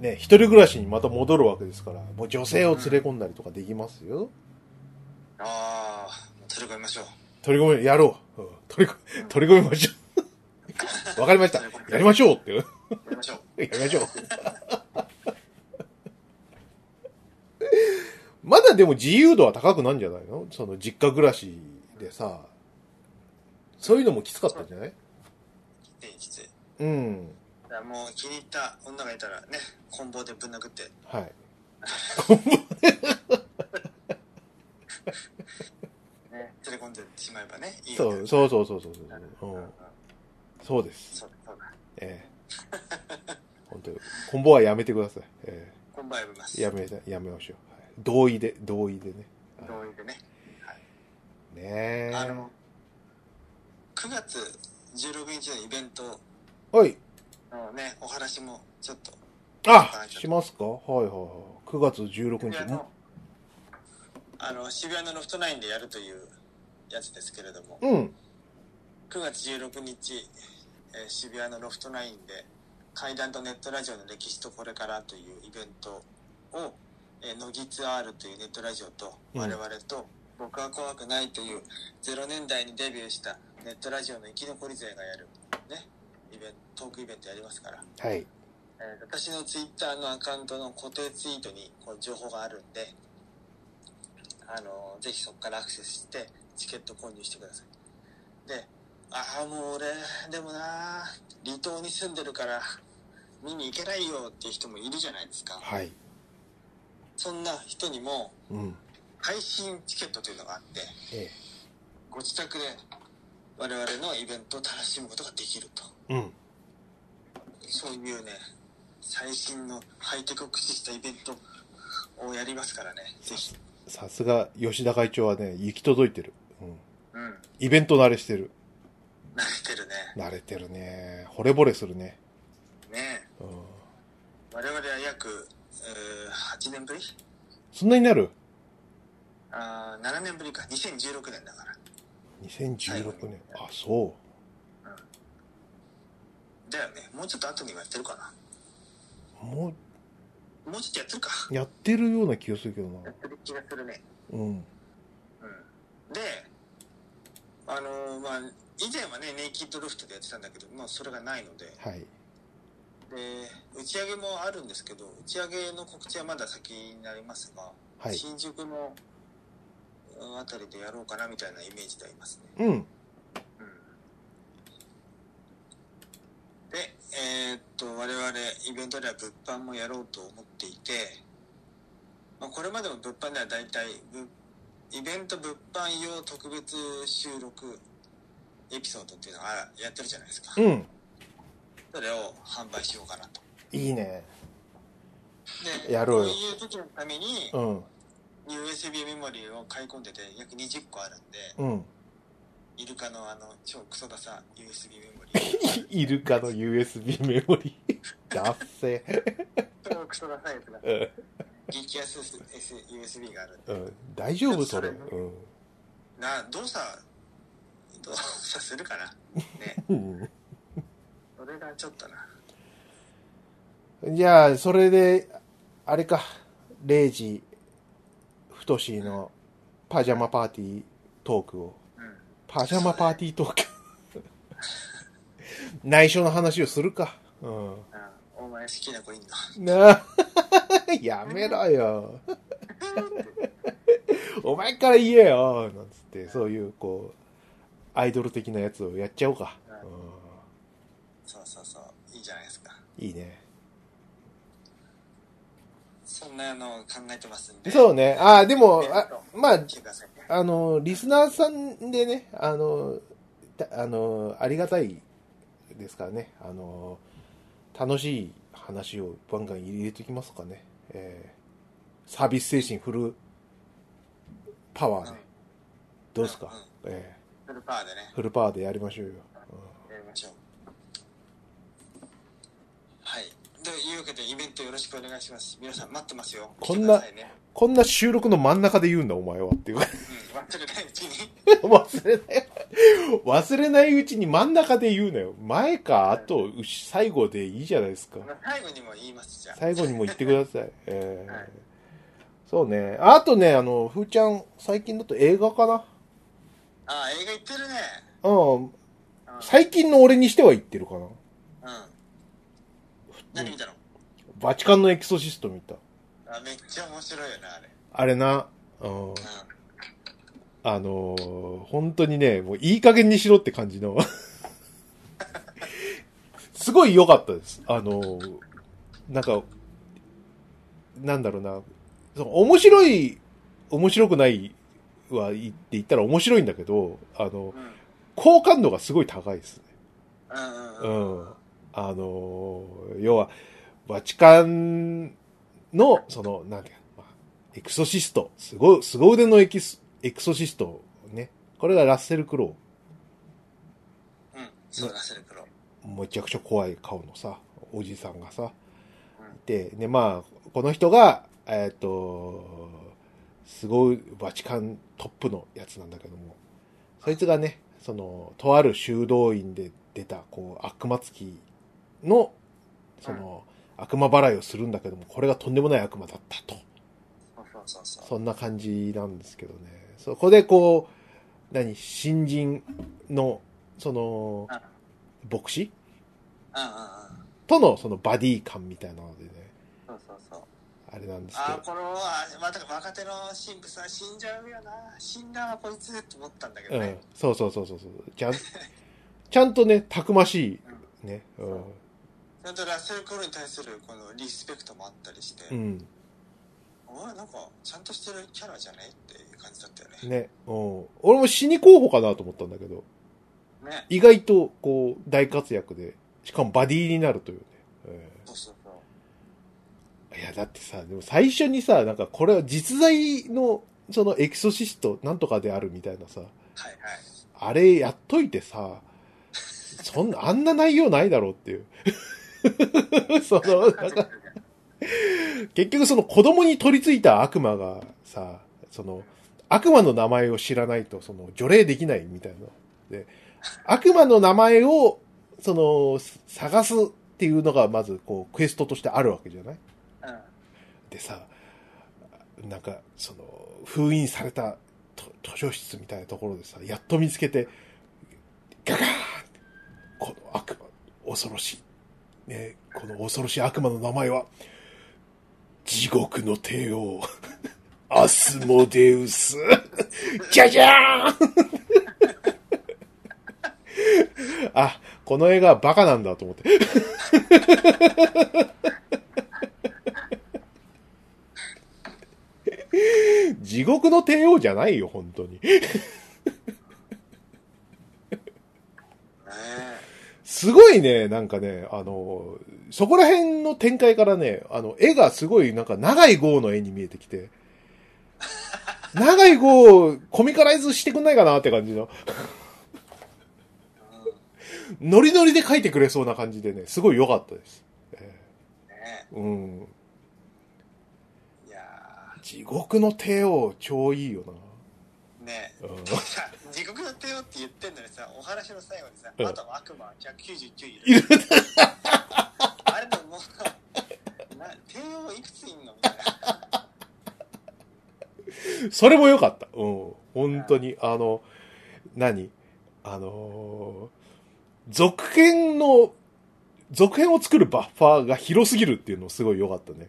Speaker 2: ーね、一人暮らしにまた戻るわけですから、もう女性を連れ込んだりとかできますよ。
Speaker 1: ああ、もう取り込みましょう。
Speaker 2: 取り込み、やろう。うん、取り込み、取り込みましょう。わかりました。やりましょうって。や
Speaker 1: やりましょう。
Speaker 2: りましょう。まだでも自由度は高くなんじゃないのその実家暮らしでさ、そういうのもきつかったんじゃない
Speaker 1: きついきつい。
Speaker 2: うん。
Speaker 1: だからもう気に入った女がいたらね、棍棒でぶん殴って、
Speaker 2: はい。
Speaker 1: ね、連れ込んでしまえばね、いい
Speaker 2: そ
Speaker 1: わけ
Speaker 2: うそうそうそうそう
Speaker 1: だね
Speaker 2: そう、うん
Speaker 1: ん。
Speaker 2: そうです。
Speaker 1: そうだそうだ。
Speaker 2: ええ本当に。コンボはやめてください。え
Speaker 1: 棍販売やめます。
Speaker 2: やめ、やめましょう。はい同意で、同意でね。
Speaker 1: 同意でね。
Speaker 2: ねえ。
Speaker 1: あの、9月16日のイベント
Speaker 2: はい。
Speaker 1: のね、お話もちょっと。
Speaker 2: あしますかはいはいはい。9月16
Speaker 1: 渋
Speaker 2: 日
Speaker 1: 谷
Speaker 2: も
Speaker 1: の。あの渋谷のロフトナインでやるというやつですけれども
Speaker 2: うん。
Speaker 1: 9月16日、えー渋谷のロフトナインで階段とネットラジオの歴史とこれからというイベントを、えー、乃木ツアールというネットラジオと
Speaker 2: うん
Speaker 1: 我々と、僕は怖くないという0年代にデビューしたネットラジオの生き残り勢がやるねイベントトークイベントやりますから、
Speaker 2: はい。
Speaker 1: えー私のツイッターのアカウントの固定ツイートにこう情報があるんで、あのーぜひそこからアクセスしてチケット購入してください。で、ああ、もう俺、でもなー、離島に住んでるから、見に行けないよっていう人もいるじゃないですか。
Speaker 2: はい。
Speaker 1: そんな人にも、
Speaker 2: うん。
Speaker 1: 配信チケットというのがあって、
Speaker 2: え
Speaker 1: ご自宅で我々のイベントを楽しむことができると。
Speaker 2: え。うん。
Speaker 1: そういうね、最新のハイテクを駆使したイベントをやりますからね、ぜひ。
Speaker 2: さすが、吉田会長はね、行き届いてる。うん。
Speaker 1: うん、
Speaker 2: イベント慣れしてる。
Speaker 1: 慣れてるね。
Speaker 2: 慣れてるね。惚れ惚れするね。
Speaker 1: ねえ
Speaker 2: うん。
Speaker 1: 我々は約、えー8年ぶり
Speaker 2: そんなになる
Speaker 1: あー ?7 年ぶりか、2016年だから。
Speaker 2: ?2016 年。あ、そ
Speaker 1: だよね、もうちょっと後にはやってるかな。
Speaker 2: う。も
Speaker 1: もうちょっとやってるか。
Speaker 2: う、やってるような気がするけど
Speaker 1: や
Speaker 2: な
Speaker 1: っ。てる気がするね。
Speaker 2: うん。
Speaker 1: うん、で、あのーまあ、以前はね、ネイキッドロフトでやってたんだけど、もうそれがないので、
Speaker 2: はい。
Speaker 1: で打ち上げもあるんですけど打ち上げの告知はまだ先になりますが、
Speaker 2: はい。
Speaker 1: 新宿のうんあたりでやろうかなみたいなイメージでありますね、
Speaker 2: うん。
Speaker 1: うん、でえーっと我々イベントでは物販もやろうと思っていて、まあ、これまでも物販では大体ぶイベント物販用特別収録エピソードっていうのをあやってるじゃないですか、
Speaker 2: うん。
Speaker 1: それを販売しようかなと。
Speaker 2: いいね。
Speaker 1: で
Speaker 2: やろうよ
Speaker 1: こういう時のために
Speaker 2: う、ん。
Speaker 1: USB メモリーを買い込んでて、約20個あるんで、
Speaker 2: うん。
Speaker 1: イルカのあの、超クソダサ USB メモリー。
Speaker 2: イルカの USB メモリー。 ダッセー。
Speaker 1: 超クソダサいやつが、
Speaker 2: うん
Speaker 1: 激安 S- USB があるんで。
Speaker 2: うん。大丈夫それ。うん
Speaker 1: な、動作、動作するかなね。
Speaker 2: うん。
Speaker 1: それがちょっとな。
Speaker 2: じゃあ、それで、あれか、0時、ふとしのパジャマパーティートークを。
Speaker 1: うん。
Speaker 2: パジャマパーティートーク。 内緒の話をするか。うん。
Speaker 1: あお前好きな子いんの
Speaker 2: なあ、 やめろよ。お前から言えよ。なんつって、そういう、こう、アイドル的なやつをやっちゃおうか。
Speaker 1: そうそうそう。いいじゃないですか。
Speaker 2: うん、いいね。
Speaker 1: そんなのを考えてますんで。
Speaker 2: そうね。ああ、でも、あまあ
Speaker 1: 見、てくださいね。
Speaker 2: あの、リスナーさんでね、あの、たあの、ありがたいですからね。あの、楽しい話をバンバン入れてきますかね。えーサービス精神振るパワーね。どうですか、え
Speaker 1: フルパワーでね
Speaker 2: ー。フルパワーでやりましょうよ。
Speaker 1: やりましょう。はい。というわけで、イベントよろしくお願いします。皆さん待ってますよ。
Speaker 2: こ
Speaker 1: 来てく
Speaker 2: んな
Speaker 1: ださいね、
Speaker 2: こんな収録の真ん中で言うんだ、お前は。っていう
Speaker 1: うん、忘れないうちに。
Speaker 2: 忘れない。忘れないうちに真ん中で言うなよ。前か、あと、うし最後でいいじゃないですか。
Speaker 1: まあ最後にも言います、じゃあ。
Speaker 2: 最後にも言ってください。えー
Speaker 1: はい
Speaker 2: そうね。あとね、あの、ふーちゃん、最近だと映画かな
Speaker 1: ああ、映画行ってるね。
Speaker 2: うん。
Speaker 1: うん。
Speaker 2: 最近の俺にしては言ってるかな。
Speaker 1: うん、何見たの、
Speaker 2: バチカンのエキソシスト見た。
Speaker 1: あめっちゃ面白いよな、あれ。
Speaker 2: あれな。うん。
Speaker 1: う
Speaker 2: あのー本当にね、もういい加減にしろって感じの。 すごい良かったです。あのーなんか、なんだろうな。その面白い、面白くないは言って言ったら面白いんだけど、あの、
Speaker 1: ん。うん。
Speaker 2: 好感度がすごい高いですね。
Speaker 1: うんうん
Speaker 2: う
Speaker 1: うん。
Speaker 2: ん。あのー要は、バチカンの、その、なんていうか、まあエクソシスト、すごい、すご腕のエキス、エクソシスト、ね。これがラッセル・クロ
Speaker 1: うん、そう、ラッセル・クロ
Speaker 2: ウ。めちゃくちゃ怖い顔のさ、おじさんがさ、いて、で、まあ、この人が、えっ、と、すごいバチカントップのやつなんだけども、そいつがね、その、とある修道院で出た、こう、悪魔つきの、その、悪魔払いをするんだけども、これがとんでもない悪魔だったと。
Speaker 1: ー。そうそうそうそう。
Speaker 2: そんな感じなんですけどね。そこでこう、何、新人の、その
Speaker 1: あ、
Speaker 2: 牧師
Speaker 1: うんうんうん。
Speaker 2: とのそのバディ感みたいなのでね、
Speaker 1: そうそうそう。
Speaker 2: あれなんですけ
Speaker 1: ああ、
Speaker 2: ど。
Speaker 1: この、あまた若手の神父さん死んじゃうよな。死んだわ、こいつって思ったんだけど
Speaker 2: うん
Speaker 1: ね。、
Speaker 2: そうそうそうそうそう。ちゃん、 ちゃんとね、たくましい、ね。うん。
Speaker 1: ちゃんとラッセル・クロウに対するこのリスペクトもあったりして、
Speaker 2: うん。
Speaker 1: お前なんか、ちゃんとしてるキャラじゃねっていう感じだったよね。
Speaker 2: ね。うん。俺も死に候補かなと思ったんだけど、
Speaker 1: ね。
Speaker 2: 意外と、こう、大活躍で、しかもバディになるというね。え
Speaker 1: そうそうそう。
Speaker 2: いや、だってさ、でも最初にさ、なんかこれは実在の、そのエクソシストなんとかであるみたいなさ、
Speaker 1: はいはい。
Speaker 2: あれやっといてさ、そんな、あんな内容ないだろうっていう。 その、なんか、結局その子供に取り付いた悪魔がさ、その、悪魔の名前を知らないと、その、除霊できないみたいな。で、悪魔の名前を、その、探すっていうのがまず、こう、クエストとしてあるわけじゃな
Speaker 1: う
Speaker 2: い
Speaker 1: ん。
Speaker 2: でさなんかその封印されたと図書室みたいなところでさやっと見つけてガガーンってこの悪魔恐ろしい、ね、この恐ろしい悪魔の名前は地獄の帝王アスモデウスじゃじゃーんあこの映画はバカなんだと思って地獄の帝王じゃないよ本当に
Speaker 1: ねえ。
Speaker 2: すごいね、なんかね、あの、そこら辺の展開からね、あの、絵がすごい、なんか、長い号の絵に見えてきて、長い号、コミカライズしてくんないかなって感じの、
Speaker 1: う
Speaker 2: ノリノリで描いてくれそうな感じでね、すごい良かったです。え
Speaker 1: ん。ね
Speaker 2: ーうん。
Speaker 1: え。いや
Speaker 2: 地獄の帝王、超いいよ
Speaker 1: ー。ねえ。
Speaker 2: な。うん
Speaker 1: さ地獄の帝王って言ってんのにさ、お話の最後にさ、
Speaker 2: うん
Speaker 1: あとは悪魔は199いる。あれでももう、な帝王いくついんのみたいな。
Speaker 2: それも良かった。うん。本当に、あの、何あのー続編の、続編を作るバッファーが広すぎるっていうのすごい良かったね。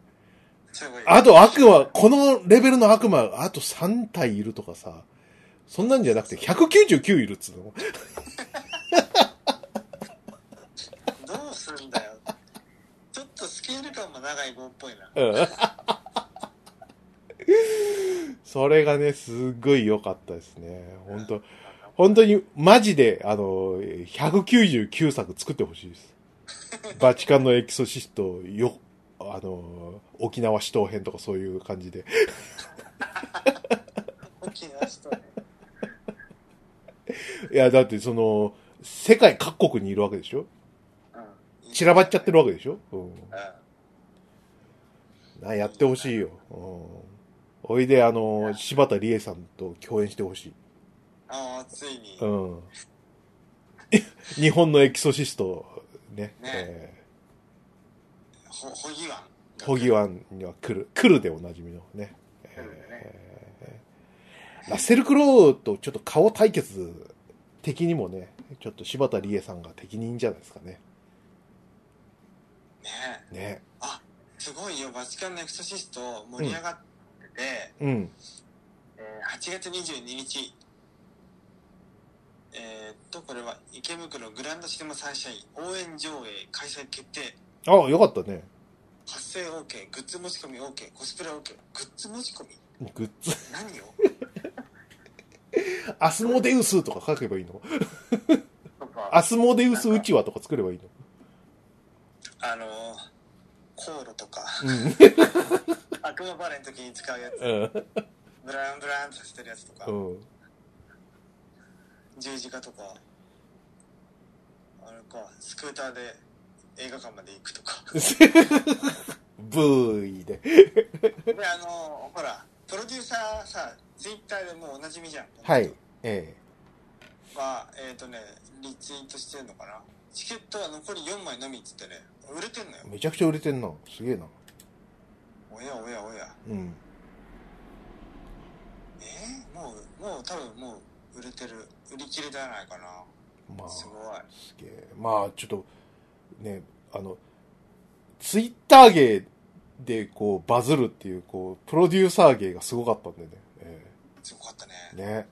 Speaker 1: すごい
Speaker 2: あと悪魔、このレベルの悪魔、あと3体いるとかさ、そんなんじゃなくて199いるっつうの。
Speaker 1: どうするんだよ。ちょっとスケール感も長い棒っぽいな。
Speaker 2: うん それがね、すっごい良かったですね。本当本当に、マジで、あの、199作作ってほしいです。バチカンのエキソシスト、よ、あの、沖縄死闘編とかそういう感じで。
Speaker 1: 大きな人ね。
Speaker 2: いや、だってその、世界各国にいるわけでしょ
Speaker 1: うん。
Speaker 2: 散らばっちゃって
Speaker 1: る。
Speaker 2: るわけでしょうん。
Speaker 1: う
Speaker 2: な、やってほしいよ。うん。おいで、あの、柴田理恵さんと共演してほしい。
Speaker 1: ん。ああ、ついに。
Speaker 2: うん。日本のエキソシスト、ね。
Speaker 1: ね
Speaker 2: え
Speaker 1: ほ、ほぎわん。
Speaker 2: ー、ホギワンには来る、来るでおなじみのね。
Speaker 1: 来るでね
Speaker 2: えーラッセル・クロウとちょっと顔対決的にもね、ちょっと柴田理恵さんが適任じゃないですかね。
Speaker 1: ねえ
Speaker 2: ね。
Speaker 1: すごいよ、バチカンのエクソシスト盛り上がってて、
Speaker 2: うん。
Speaker 1: えー8月22日。えーっと、これは池袋グランドシネマサンシャイン応援上映開催決定。
Speaker 2: あ、よかったね。
Speaker 1: 発生 OK、グッズ持ち込み OK、コスプレ OK、グッズ持ち込み
Speaker 2: グッズ、
Speaker 1: 何を
Speaker 2: アスモデウスとか書けばいいの
Speaker 1: とか
Speaker 2: アスモデウスうちわとか作ればいいの
Speaker 1: あのー、ソーロとか、
Speaker 2: う
Speaker 1: 悪魔バレの時に使うやつ、
Speaker 2: ん。
Speaker 1: ブランブランとさせてるやつとか
Speaker 2: う、ん。うん。
Speaker 1: 十字架とか、あれか、スクーターで映画館まで行くとか。
Speaker 2: ブーイで。
Speaker 1: で、あの、ほら、プロデューサーさ、ツイッターでもうおなじみじゃん。
Speaker 2: はい。。え
Speaker 1: は、えっ、とね、リツイートしてんのかな。チケットは残り4枚のみっつってね、売れてんのよ
Speaker 2: え。めちゃくちゃ売れてんな。すげえな。
Speaker 1: おやおやおや。
Speaker 2: うん。
Speaker 1: えー、もう、もう多分もう売れてる。売り切れじゃないかな。
Speaker 2: まあ、
Speaker 1: す
Speaker 2: す
Speaker 1: ごい。
Speaker 2: げえ。まあ、ちょっと、ね、あの、ツイッター芸でこうバズるっていう、こう、プロデューサー芸がすごかったんでね。え
Speaker 1: すごかったね。
Speaker 2: えね。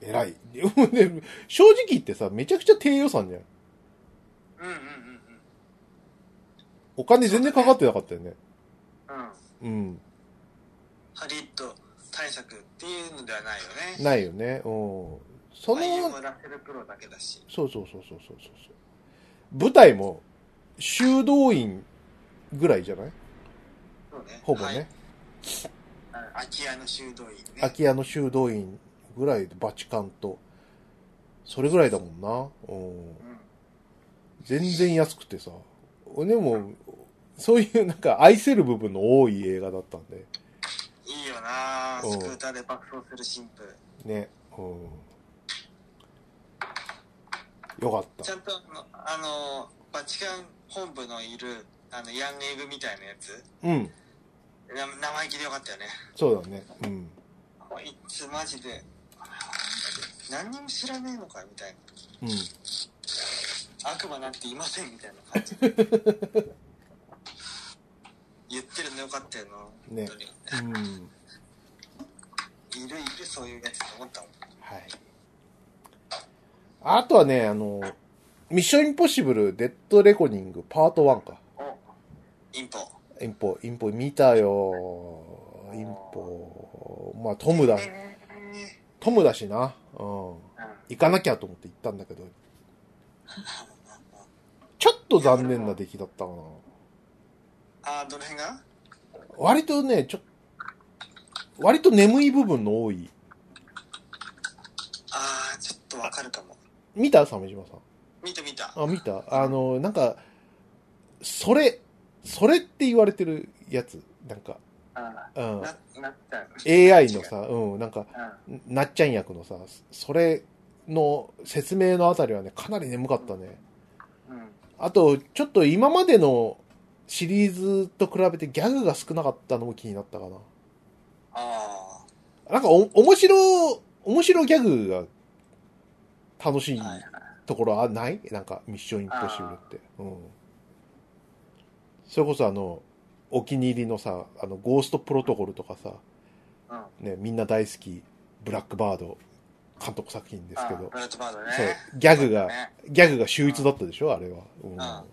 Speaker 2: 偉い。でもね、正直言ってさ、めちゃくちゃ低予算じゃん。
Speaker 1: うんうんうん
Speaker 2: お金全然かかってなかったよね。
Speaker 1: うん。うん。
Speaker 2: うん。
Speaker 1: ハリウッド対策っていうのではないよね。
Speaker 2: ないよね。うん。そ
Speaker 1: 俳優
Speaker 2: の、
Speaker 1: もラッセル・プロだけだし。
Speaker 2: そうそうそうそうそうそうそう。舞台も、修道院ぐらいじゃない
Speaker 1: そうね。
Speaker 2: ほぼね。
Speaker 1: はい。あ空き家の修道院ね。
Speaker 2: 空き家の修道院ぐらいでバチカンと、それぐらいだもんな。うん
Speaker 1: うん。
Speaker 2: 全然安くてさ。でも、そういうなんか愛せる部分の多い映画だったんで。
Speaker 1: いいよな
Speaker 2: うん
Speaker 1: スクーターで爆走する新婦。
Speaker 2: ね。うん。よかっ
Speaker 1: ち
Speaker 2: た。
Speaker 1: ゃんとあの、あの、バチカン本部のいる、あの、ヤングエグみたいなやつ。
Speaker 2: うん。
Speaker 1: な生意気でよかったよね。
Speaker 2: そうだね。うん。
Speaker 1: こいつマジで、何にも知らねえのかみたい
Speaker 2: うん。
Speaker 1: な。悪魔なんていませんみたいな 感じで。言ってるのよかったよな。本
Speaker 2: ね
Speaker 1: 当に。
Speaker 2: うん。
Speaker 1: いるいるそういうやつと思ったもん。
Speaker 2: はい。あとはね、あの、ミッションインポッシブル、デッドレコニング、パート1か。
Speaker 1: おインポ。
Speaker 2: インポ、インポ見たよ。インポ。まあ、トムだ。
Speaker 1: え
Speaker 2: トムだしな。うん。行
Speaker 1: ーうん
Speaker 2: かなきゃと思って行ったんだけど。ちょっと残念な出来だったかな。
Speaker 1: あー、どの辺が
Speaker 2: 割とね、ちょ、割と眠い部分の多い。
Speaker 1: あー、ちょっとわかるかも。
Speaker 2: 見た鮫島さ
Speaker 1: 見た見た。
Speaker 2: ん。あ、見たあの、なんか、それ、それって言われてるやつ。なんか、
Speaker 1: あ
Speaker 2: う
Speaker 1: ー。
Speaker 2: ん
Speaker 1: な、なったよ。
Speaker 2: AI のさ、うん、なんか、
Speaker 1: うん。
Speaker 2: なっちゃん役のさ、それの説明のあたりはね、かなり眠かったね。
Speaker 1: うん
Speaker 2: あと、ちょっと今までのシリーズと比べてギャグが少なかったのも気になったかな。
Speaker 1: あ
Speaker 2: なんかお、面白、面白ギャグが楽しい
Speaker 1: あ、はいはい。
Speaker 2: ところはないなんか、ミッションインポッシブルって。うん。それこそあの、お気に入りのさ、あの、ゴーストプロトコルとかさ、
Speaker 1: うん。
Speaker 2: ね、みんな大好き、ブラックバード監督作品ですけ
Speaker 1: あー
Speaker 2: ど
Speaker 1: ブ、ラッドバードね。
Speaker 2: そう、ギャグが、
Speaker 1: ね
Speaker 2: ギャグが秀逸だったでしょ、あれは。うん。
Speaker 1: ん
Speaker 2: あ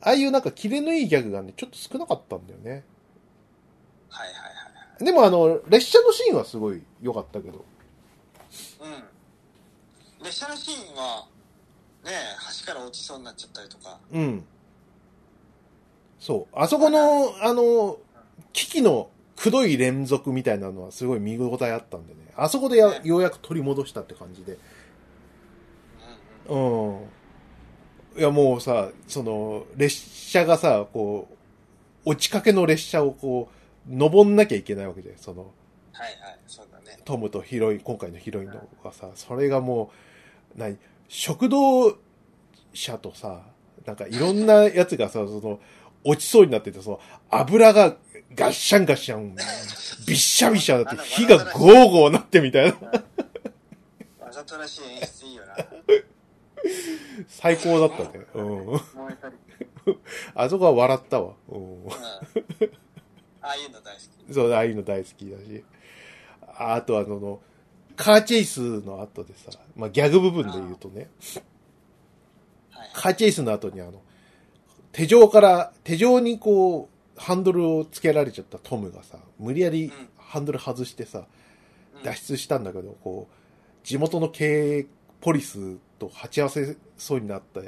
Speaker 2: あいうなんかキレのいいギャグがね、ちょっと少なかったんだよね。
Speaker 1: はいはい
Speaker 2: でもあの、列車のシーンはすごい良かったけど。
Speaker 1: はい。うん。列車のシーンは、ねえ、橋から落ちそうになっちゃったりとか。
Speaker 2: うん。そう。あそこの、あの、危機のくどい連続みたいなのはすごい見応えあったんでね。あそこでやようやく取り戻したって感じで。
Speaker 1: うん
Speaker 2: うん。いやもうさ、その、列車がさ、こう、落ちかけの列車をこう、登んなきゃいけないわけで、その、
Speaker 1: うん。はいはい、そうだね。
Speaker 2: トムとヒロイン、今回のヒロインの子がさ、それがもう、何、食堂車とさ、なんかいろんなやつがさ、その、落ちそうになってて、その、油がガッシャンガッシャン、びっしゃびしゃだって、火がゴーゴーなってみたいな、
Speaker 1: わざとらしい演出いいよな。
Speaker 2: 最高だったね。うん。
Speaker 1: 燃えたり。
Speaker 2: あそこは笑ったわ。うん。
Speaker 1: うん。ああいうの大好き。
Speaker 2: そう、ああいうの大好きだし。ああとは、その、カーチェイスの後でさ、まあ、ギャグ部分で言うとね、
Speaker 1: はいはい。
Speaker 2: カーチェイスの後にあの、手錠から、手錠にこう、ハンドルをつけられちゃったトムがさ、無理やり
Speaker 1: うん
Speaker 2: ハンドル外してさ、
Speaker 1: うん
Speaker 2: 脱出したんだけど、こう、地元の経営ポリスと鉢合わせそうになった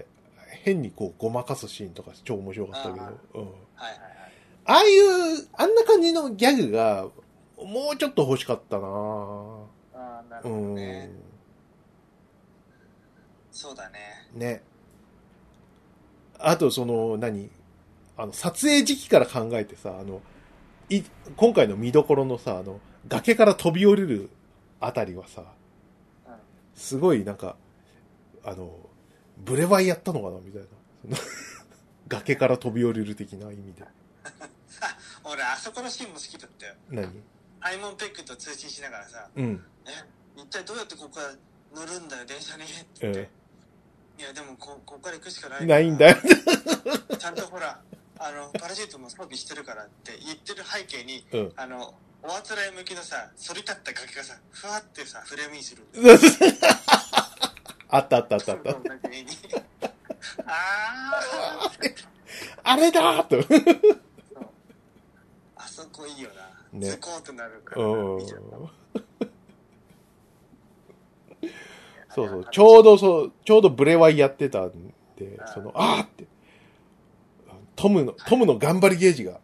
Speaker 2: 変にこう、ごまかすシーンとか超面白かったけど、うん。
Speaker 1: はいはいはい。
Speaker 2: ああいう、あんな感じのギャグが、もうちょっと欲しかったなぁ
Speaker 1: ああ、なるほ
Speaker 2: う
Speaker 1: ど
Speaker 2: ん。
Speaker 1: ね。そうだね。
Speaker 2: ね。あと、その、何あの、撮影時期から考えてさ、あの、い、今回の見どころのさ、あの、崖から飛び降りるあたりはさ、
Speaker 1: うん。
Speaker 2: すごいなんか、あの、ブレワイやったのか なみたいな。その崖から飛び降りる的な意味で。
Speaker 1: 俺、あそこのシーンも好きだったよ。
Speaker 2: 何
Speaker 1: アイモン・ペックと通信しながらさ、
Speaker 2: うん。
Speaker 1: え、一体どうやってここから乗るんだよ、電車に。って言って
Speaker 2: え
Speaker 1: いや、でもこ、ここから行くしかない
Speaker 2: え。
Speaker 1: から
Speaker 2: ないんだよ。
Speaker 1: ちゃんとほら、あの、パラシュートも装備してるからって言ってる背景に、
Speaker 2: うん。
Speaker 1: あの、おあつらい向きのさ、反り立った崖がさ、ふわってさ、フレームインするんだよ。
Speaker 2: あったあったあったあった。
Speaker 1: なんか絵に あー
Speaker 2: あれだーと。
Speaker 1: あそこいいよな。
Speaker 2: ね
Speaker 1: ズコーとなるからな。
Speaker 2: うん
Speaker 1: いいじゃん
Speaker 2: そうそ
Speaker 1: あ
Speaker 2: う
Speaker 1: れ、
Speaker 2: ちょうどそう、ちょうどブレワイやってたんで
Speaker 1: あ、ー
Speaker 2: その、あーって、トムの、トムの頑張りゲージが、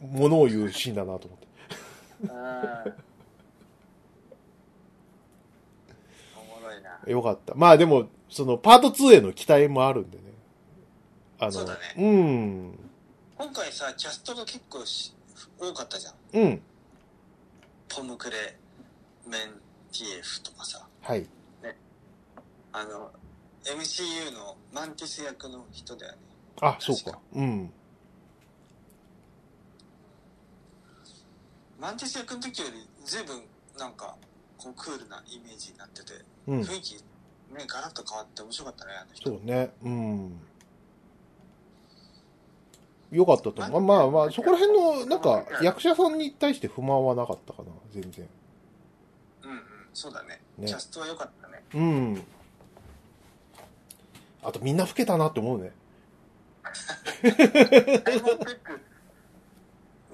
Speaker 2: ものを言うシーンだなと思って。
Speaker 1: あーおもろいな。
Speaker 2: よかった。まあでも、その、パート2への期待もあるんでね。あの、
Speaker 1: そうだね
Speaker 2: ん。
Speaker 1: 今回さ、キャストが結構し多かったじゃん。
Speaker 2: うん。
Speaker 1: トム・クレイメンティエフとかさ、
Speaker 2: はい。
Speaker 1: あの、MCU のマンティス役の人だよね。
Speaker 2: あ、そうか。うん。
Speaker 1: マンティス役の時より随分なんか、こうクールなイメージになってて、
Speaker 2: うん。
Speaker 1: 雰囲気、ね、ガラッと変わって面白かったね、あの人。
Speaker 2: そうね。うん。よかったと思う。まあまあ、そこら辺の、なんか、役者さんに対して不満はなかったかな。全然。
Speaker 1: うんうん、そうだね。
Speaker 2: ね
Speaker 1: キャストは良かった ね。
Speaker 2: うん。あとみんな老けたなって思うね。
Speaker 1: アイモン・ペック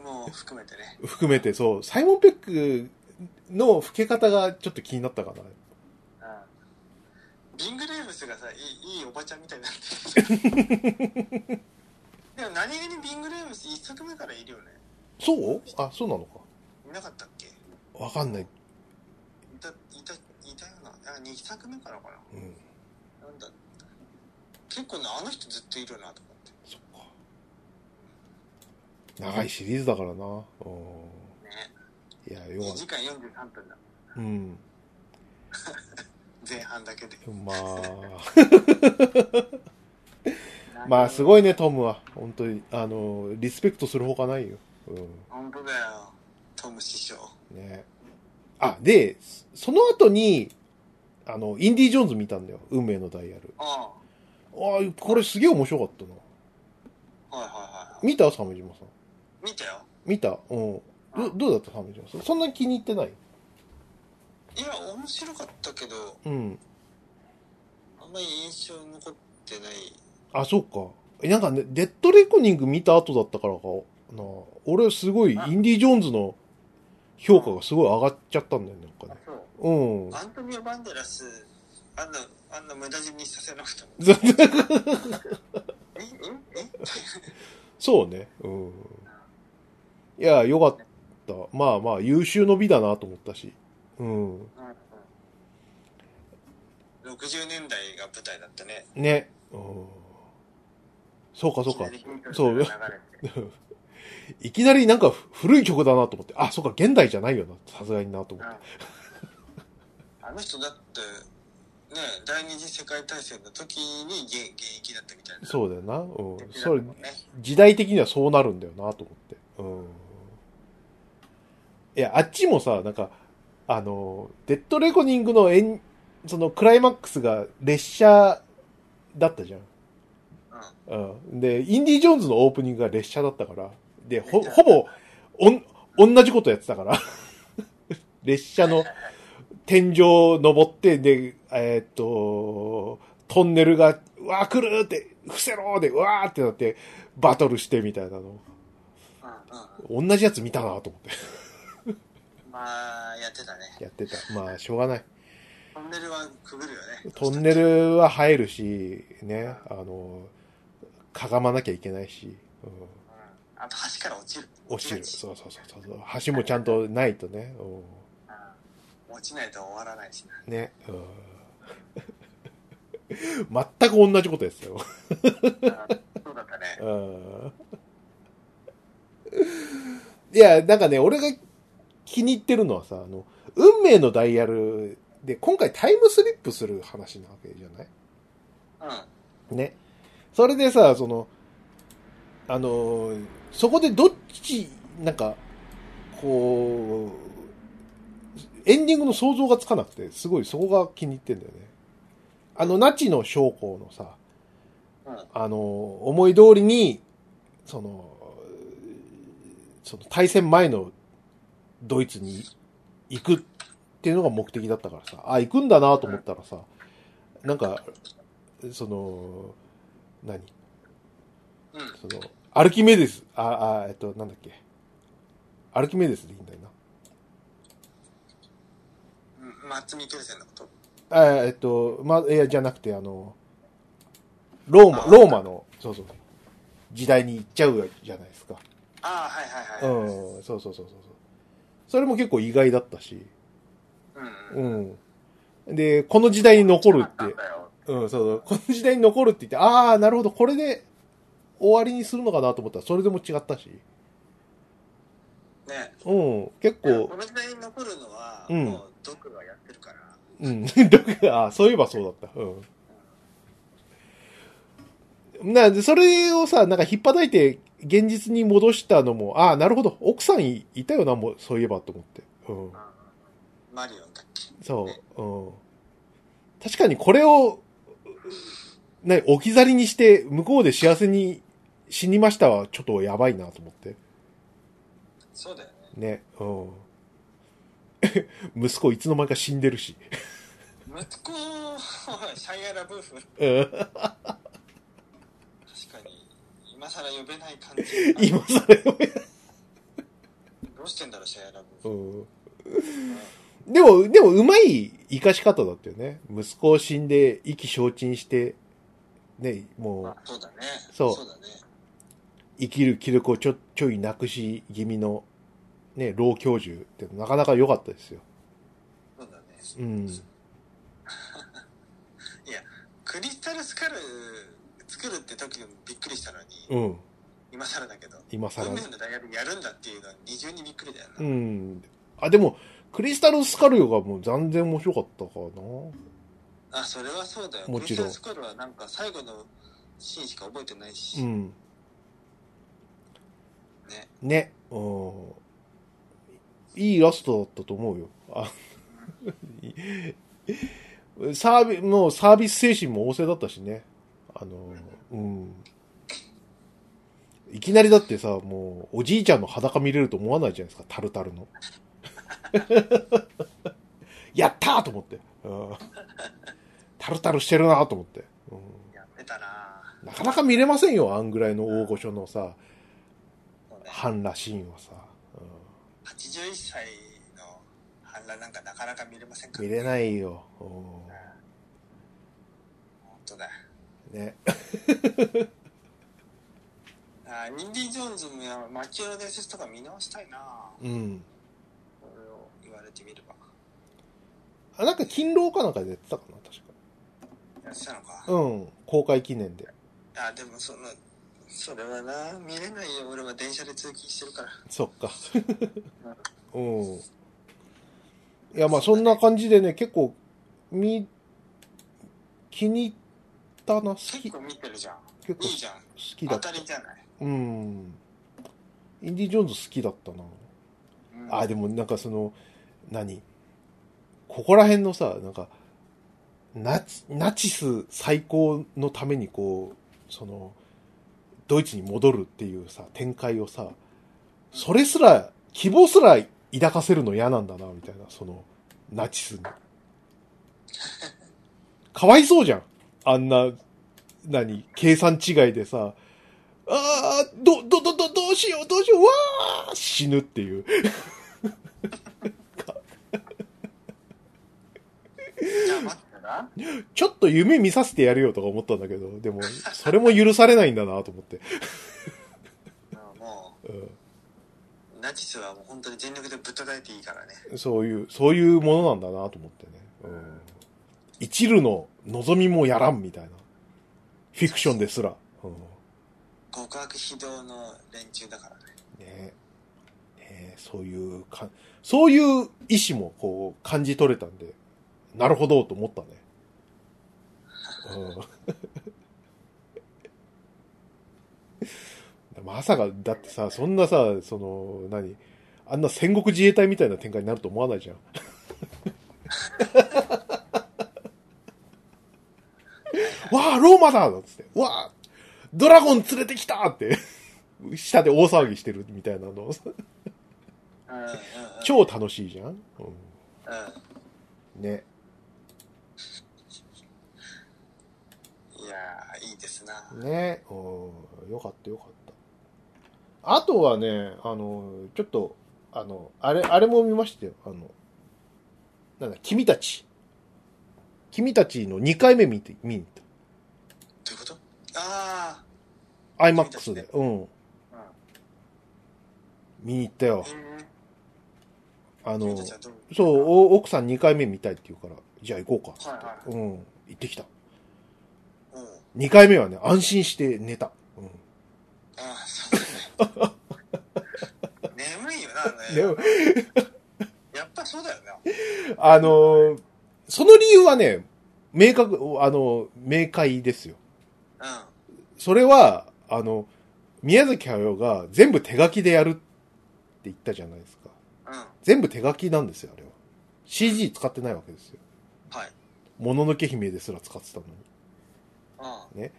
Speaker 1: も含めてね。
Speaker 2: 含めてそう、サイモン・ペックの老け方がちょっと気になったかな。
Speaker 1: うんビング・レーブスがさいい、いいおばちゃんみたいになってる。 でも何気にビング・レーブス一作目からいるよね。
Speaker 2: そうあ、そうなのか。
Speaker 1: いなかったっけい
Speaker 2: わかんない。
Speaker 1: た、いた、いたような。あ、2作目からかな。
Speaker 2: うん。
Speaker 1: なんだ。結構ね、あの人ずっといるなと思って。
Speaker 2: そっか。長いシリーズだからな。うん。
Speaker 1: ね。
Speaker 2: いや、よか
Speaker 1: 2
Speaker 2: った
Speaker 1: 時間43分だ。。
Speaker 2: うん。
Speaker 1: 前半だけで。
Speaker 2: まあ、まあすごいね、トムは。本当に。あの、リスペクトするほかないよ。うん。
Speaker 1: 本当だよ。トム師匠。
Speaker 2: ね。あ、で、その後に、あの、インディ・ジョーンズ見たんだよ。運命のダイヤル。
Speaker 1: うん。は
Speaker 2: ああ、これすげえ面白かったな。
Speaker 1: いはいはい。
Speaker 2: 見た鮫島さん。
Speaker 1: 見たよ。
Speaker 2: 見たうん。ど、どうだった鮫島さん。そんなに気に入ってない
Speaker 1: いや、面白かったけど、
Speaker 2: うん。
Speaker 1: あんまり印象に残ってない。
Speaker 2: あ、そうか。えなんかね、デッドレコニング見た後だったからかな。俺すごい、インディ・ジョーンズの評価がすごい上がっちゃったんだよね、なんかね。
Speaker 1: そう。
Speaker 2: うん。
Speaker 1: アントニオ・バンデラス、あんな、あんな無駄死にさせなくても。えええ
Speaker 2: そうね。うん。いや、よかった。まあまあ、優秀の美だなと思ったし。うん。
Speaker 1: うんうん。60年代が舞台だったね。
Speaker 2: ね。うん。そうか、そうか。そう
Speaker 1: いきなりヒントが流れて
Speaker 2: いきなりなんか古い曲だなと思って。あ、そうか、現代じゃないよな。さすがになと思って。
Speaker 1: うんあの人だって、ね、第二次世界大戦の時に現現役だったみたいな。
Speaker 2: そうだよな。うん。
Speaker 1: 敵だった
Speaker 2: そ
Speaker 1: も
Speaker 2: れ
Speaker 1: ん、ね。
Speaker 2: 時代的にはそうなるんだよなと思って。うん。いや、あっちもさ、なんか、あの、デッドレコニングのエン、そのクライマックスが列車だったじゃん。
Speaker 1: うん。
Speaker 2: うん。で、インディ・ジョーンズのオープニングが列車だったから、で、ほ、ほぼ、おん、同じことやってたから、 列車の天井を登って、で、えーっと、トンネルが、うわー来るーって、伏せろーで、うわーってなって、バトルしてみたいなの。
Speaker 1: うんうん
Speaker 2: 同じやつ見たなと思って
Speaker 1: うん。まあ、やってたね。
Speaker 2: やってた。まあ、しょうがない。
Speaker 1: トンネルはくぐるよね。
Speaker 2: トンネルは入るし、ね、あの、かがまなきゃいけないし、うん
Speaker 1: うん、あと橋から落ちる。
Speaker 2: 落ちる。
Speaker 1: 落
Speaker 2: そうそうそうそうそう。橋もちゃんとないとね。う
Speaker 1: がちうん落ちないと終わらないしな。
Speaker 2: んね。うん 全く同じことですよ。
Speaker 1: うんそうだったね。
Speaker 2: うんいや、なんかね、俺が気に入ってるのはさ、あの、運命のダイヤルで、今回タイムスリップする話なわけじゃない
Speaker 1: うん。
Speaker 2: ね。それでさ、その、あのーそこでどっち、なんか、こう、エンディングの想像がつかなくて、すごいそこが気に入ってんだよね。あの、ナチの将校のさ、
Speaker 1: うん
Speaker 2: あのー思い通りに、その、その対戦前のドイツに行くっていうのが目的だったからさ、あ、行くんだなと思ったらさ、なんか、その、何
Speaker 1: うん。
Speaker 2: その、アルキメデス、あ、あ、えっと、なんだっけ。アルキメデスでいいんだよな。
Speaker 1: うんマッツ・ミケルセンのこと。
Speaker 2: あ、えっと、ま、いや、じゃなくて、あの、ローマ、ローマの、そうそう、時代に行っちゃうじゃないですか。
Speaker 1: ああ、はいはい
Speaker 2: う
Speaker 1: はい。
Speaker 2: ん、そうそうそうそうそう。それも結構意外だったし、
Speaker 1: うん。
Speaker 2: うん。で、この時代に残るって
Speaker 1: そうだ、たんだよ
Speaker 2: うん、そうそう、この時代に残るって言って、ああ、なるほど、これで終わりにするのかなと思ったら、それでも違ったし、
Speaker 1: ね。
Speaker 2: うん、結構
Speaker 1: こ、の時代に残るのは、
Speaker 2: うん
Speaker 1: もう、ドクがやってるから。
Speaker 2: うん。 どこかあ、そういえばそうだった。うん。な、でそれをさ、なんか引っ叩いて現実に戻したのも、ああ、なるほど。奥さんいいたよな、もう、そういえばと思って。うん。
Speaker 1: マリオンだっけ。
Speaker 2: そう。うん。確かにこれを、な置き去りにして、向こうで幸せに死にましたは、ちょっとやばいなと思って。
Speaker 1: そうだよね。
Speaker 2: ね。うん。 息子いつの間にか死んでるし。
Speaker 1: 息子、シャイアラブーフ、確
Speaker 2: うん。
Speaker 1: かに、今更呼べない感じ。
Speaker 2: 今更よ
Speaker 1: どうしてんだろう、シャイアラブーフ。
Speaker 2: うんでも、でも、うまい生かし方だったよね。息子を死んで、意気消沈して、ね、もう、
Speaker 1: そうだね。
Speaker 2: そう
Speaker 1: だね。
Speaker 2: 生きる気力をちょ、ちょいなくし気味の、ね、老教授って、なかなか良かったですよ。
Speaker 1: そうだね。
Speaker 2: うん。
Speaker 1: クリスタルスカル作るって時でもびっくりしたのに、
Speaker 2: うん。
Speaker 1: 今更だけど、
Speaker 2: 今更
Speaker 1: 運。命の大学やるんだっていうのは二重にびっくりだよ
Speaker 2: う
Speaker 1: な。
Speaker 2: ん。あ、でも、クリスタルスカルヨがもう残然面白かったかな。
Speaker 1: あ、それはそうだよ。
Speaker 2: もちろ
Speaker 1: ク
Speaker 2: ん
Speaker 1: リスタルスカルはなんか最後のシーンしか覚えてないし、
Speaker 2: うん。
Speaker 1: ね。
Speaker 2: ね。うん。いいラストだったと思うよ。あ サービもうサービス精神も旺盛だったしね。あの、うん。いきなりだってさ、もう、おじいちゃんの裸見れると思わないじゃないですか、タルタルの。 やったーと思って。うんタルタルしてるなーと思って。うん
Speaker 1: やってたな
Speaker 2: なかなか見れませんよ、あんぐらいの大御所のさ、
Speaker 1: そうね。
Speaker 2: 半裸シーンはさ。
Speaker 1: 81歳の反乱なんかなかなか見れませんか
Speaker 2: うん、見
Speaker 1: ら
Speaker 2: れないよ。う
Speaker 1: 本当だよ。
Speaker 2: んね。
Speaker 1: あーインディ・ジョーンズもや魔球の伝説とか見直したいな
Speaker 2: うん。
Speaker 1: それを言われてみれば
Speaker 2: あ、なんか勤労かなんかでやってたかな、確
Speaker 1: やってたのか、
Speaker 2: か。うん。公開記念で。
Speaker 1: あーでもそのそれはな見れないよ俺は電車で通勤してるから
Speaker 2: そっか。 うん。いや、まあそんな感じでね、結構、み、気に入ったな、好き、
Speaker 1: 結
Speaker 2: 結
Speaker 1: 構見てるじゃん
Speaker 2: 構
Speaker 1: いい
Speaker 2: 好
Speaker 1: じゃん
Speaker 2: きだ
Speaker 1: 当
Speaker 2: った
Speaker 1: りじゃない、
Speaker 2: た。うん。インディ・ジョーンズ好きだったな。
Speaker 1: うん
Speaker 2: あ、でもなんかその、何ここら辺のさ、なんか、ナチ、ナチス最高のためにこう、その、ドイツに戻るっていうさ、展開をさ、それすら、希望すら抱かせるの嫌なんだな、みたいな、その、ナチス に。かわいそうじゃん。あんな、何、計算違いでさ、ああ、ど、ど、ど、ど、どうしよう、どうしよう、わあ、死ぬっていう。
Speaker 1: じゃあ待ってなな。
Speaker 2: ちょっと夢見させてやるよとか思ったんだけど、でも、それも許されないんだなと思って。
Speaker 1: うんも
Speaker 2: う
Speaker 1: う、ナチスはもう本当に全力でぶったたいていいからね。
Speaker 2: ん、そういう、そういうものなんだなと思ってね。うん、一縷の望みもやらんみたいな。フィクションですら。うん、
Speaker 1: 極悪非道の連中だからね。
Speaker 2: ねねそういうか、そういう意志もこう感じ取れたんで、なるほどと思ったね。 うん、まさか、だってさ、そんなさ、その、何あんな戦国自衛隊みたいな展開になると思わないじゃん。 わあ、ローマだっつって、わあ、ドラゴン連れてきたって、下で大騒ぎしてるみたいな
Speaker 1: う
Speaker 2: の、
Speaker 1: んうんうん。
Speaker 2: 超楽しいじゃん、う、
Speaker 1: うん
Speaker 2: ね。
Speaker 1: ん。いやー、いいですな。
Speaker 2: ね。うん。よかったよかった。あとはね、あの、ちょっと、あの、あれ、あれも見ましたよ。あの、なんだ、君たち。君たちの2回目見て、見に行っ
Speaker 1: どういうことあ
Speaker 2: た。IMAX で。うん。
Speaker 1: あ。
Speaker 2: 見に行ったよ
Speaker 1: う。ん。うん
Speaker 2: あ
Speaker 1: 君
Speaker 2: の
Speaker 1: たち、はどう
Speaker 2: そう、お奥さん2回目見たいって言うから、じゃあ行こうか。
Speaker 1: はいはい。
Speaker 2: うん。行ってきた。
Speaker 1: うん。あ
Speaker 2: 2回目はね、安心して寝た。うん。
Speaker 1: あ、そう だね。眠いよな、あの
Speaker 2: で
Speaker 1: ね。
Speaker 2: も、
Speaker 1: やっぱそうだよな。
Speaker 2: あのーその理由はね、明確、あの、明快ですよ。
Speaker 1: うん。
Speaker 2: それは、あの、宮崎駿が全部手書きでやるって言ったじゃないですか。
Speaker 1: うん。
Speaker 2: 全部手書きなんですよ、あれは。CG 使ってないわけですよ。
Speaker 1: はい。
Speaker 2: もののけ姫ですら使ってたのに。
Speaker 1: う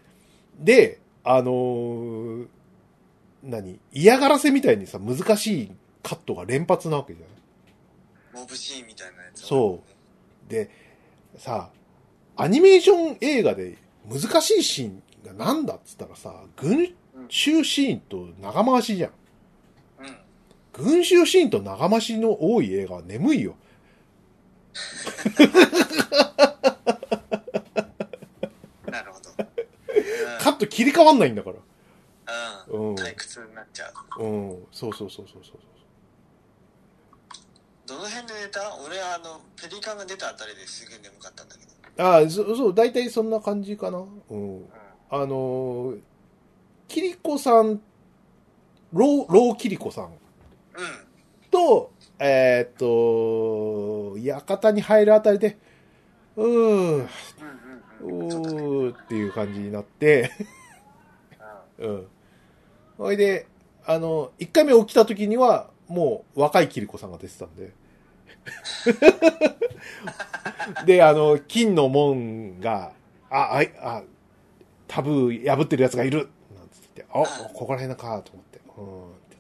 Speaker 2: で、あのー何嫌がらせみたいにさ、難しいカットが連発なわけじゃない
Speaker 1: ん。モブシーンみたいなやつ。
Speaker 2: そで、さ、アニメーション映画で難しいシーンがなんだっつったらさ、群衆シーンと長回しじゃん。
Speaker 1: う。うん。
Speaker 2: 群衆シーンと長回しの多い映画は眠いよ。
Speaker 1: なるほ ど。
Speaker 2: カット切り替わんないんだから。
Speaker 1: う。
Speaker 2: うん。
Speaker 1: うん
Speaker 2: う
Speaker 1: ん。。
Speaker 2: ん
Speaker 1: 退屈になっちゃう。
Speaker 2: そうそうそうそうそう。
Speaker 1: どの辺で寝た俺、あの、ペリカンが出たあたりですげえ眠かったんだけど。
Speaker 2: ああ、そう、そう、大体そんな感じかな。うん
Speaker 1: う。ん。
Speaker 2: あのー、キリコさん、ロー、ローキリコさん
Speaker 1: うん。
Speaker 2: と、えーっと、館に入るあたりで、うー、
Speaker 1: うんうん
Speaker 2: う
Speaker 1: うん。そうだね。うん。
Speaker 2: ーっていう感じになって、 うん。それで、あの、一回目起きた時には、もう若いキリコさんが出てたんで。 で、あの、金の門が、あ、あい、あ、タブー破ってる奴がいるなんつって、あ、ここら辺なかと思って、うーんって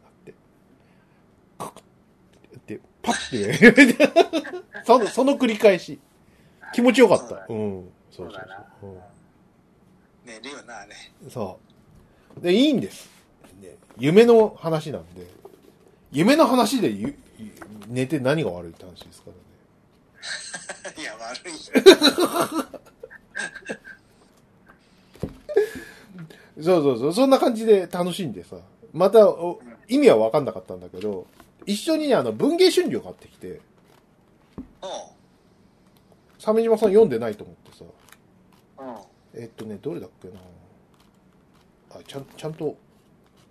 Speaker 2: なって、カクッって、パッて、 その、その繰り返し。気持ちよかった。うん。
Speaker 1: そ
Speaker 2: そうそう
Speaker 1: うだな
Speaker 2: そう。うん
Speaker 1: 寝るよな、あれ。
Speaker 2: そう。で、いいんです。で夢の話なんで、夢の話でゆゆ寝て何が悪いって話ですからね。
Speaker 1: いや、悪いよ。
Speaker 2: そうそうそう、そんな感じで楽しんでさ、また、お意味は分かんなかったんだけど、一緒にね、あの、文芸春秋買ってきて、
Speaker 1: う
Speaker 2: 鮫島さん読んでないと思ってさ、
Speaker 1: ん。うん。
Speaker 2: えっとね、どれだっけなあ、ちゃん、ちゃんと、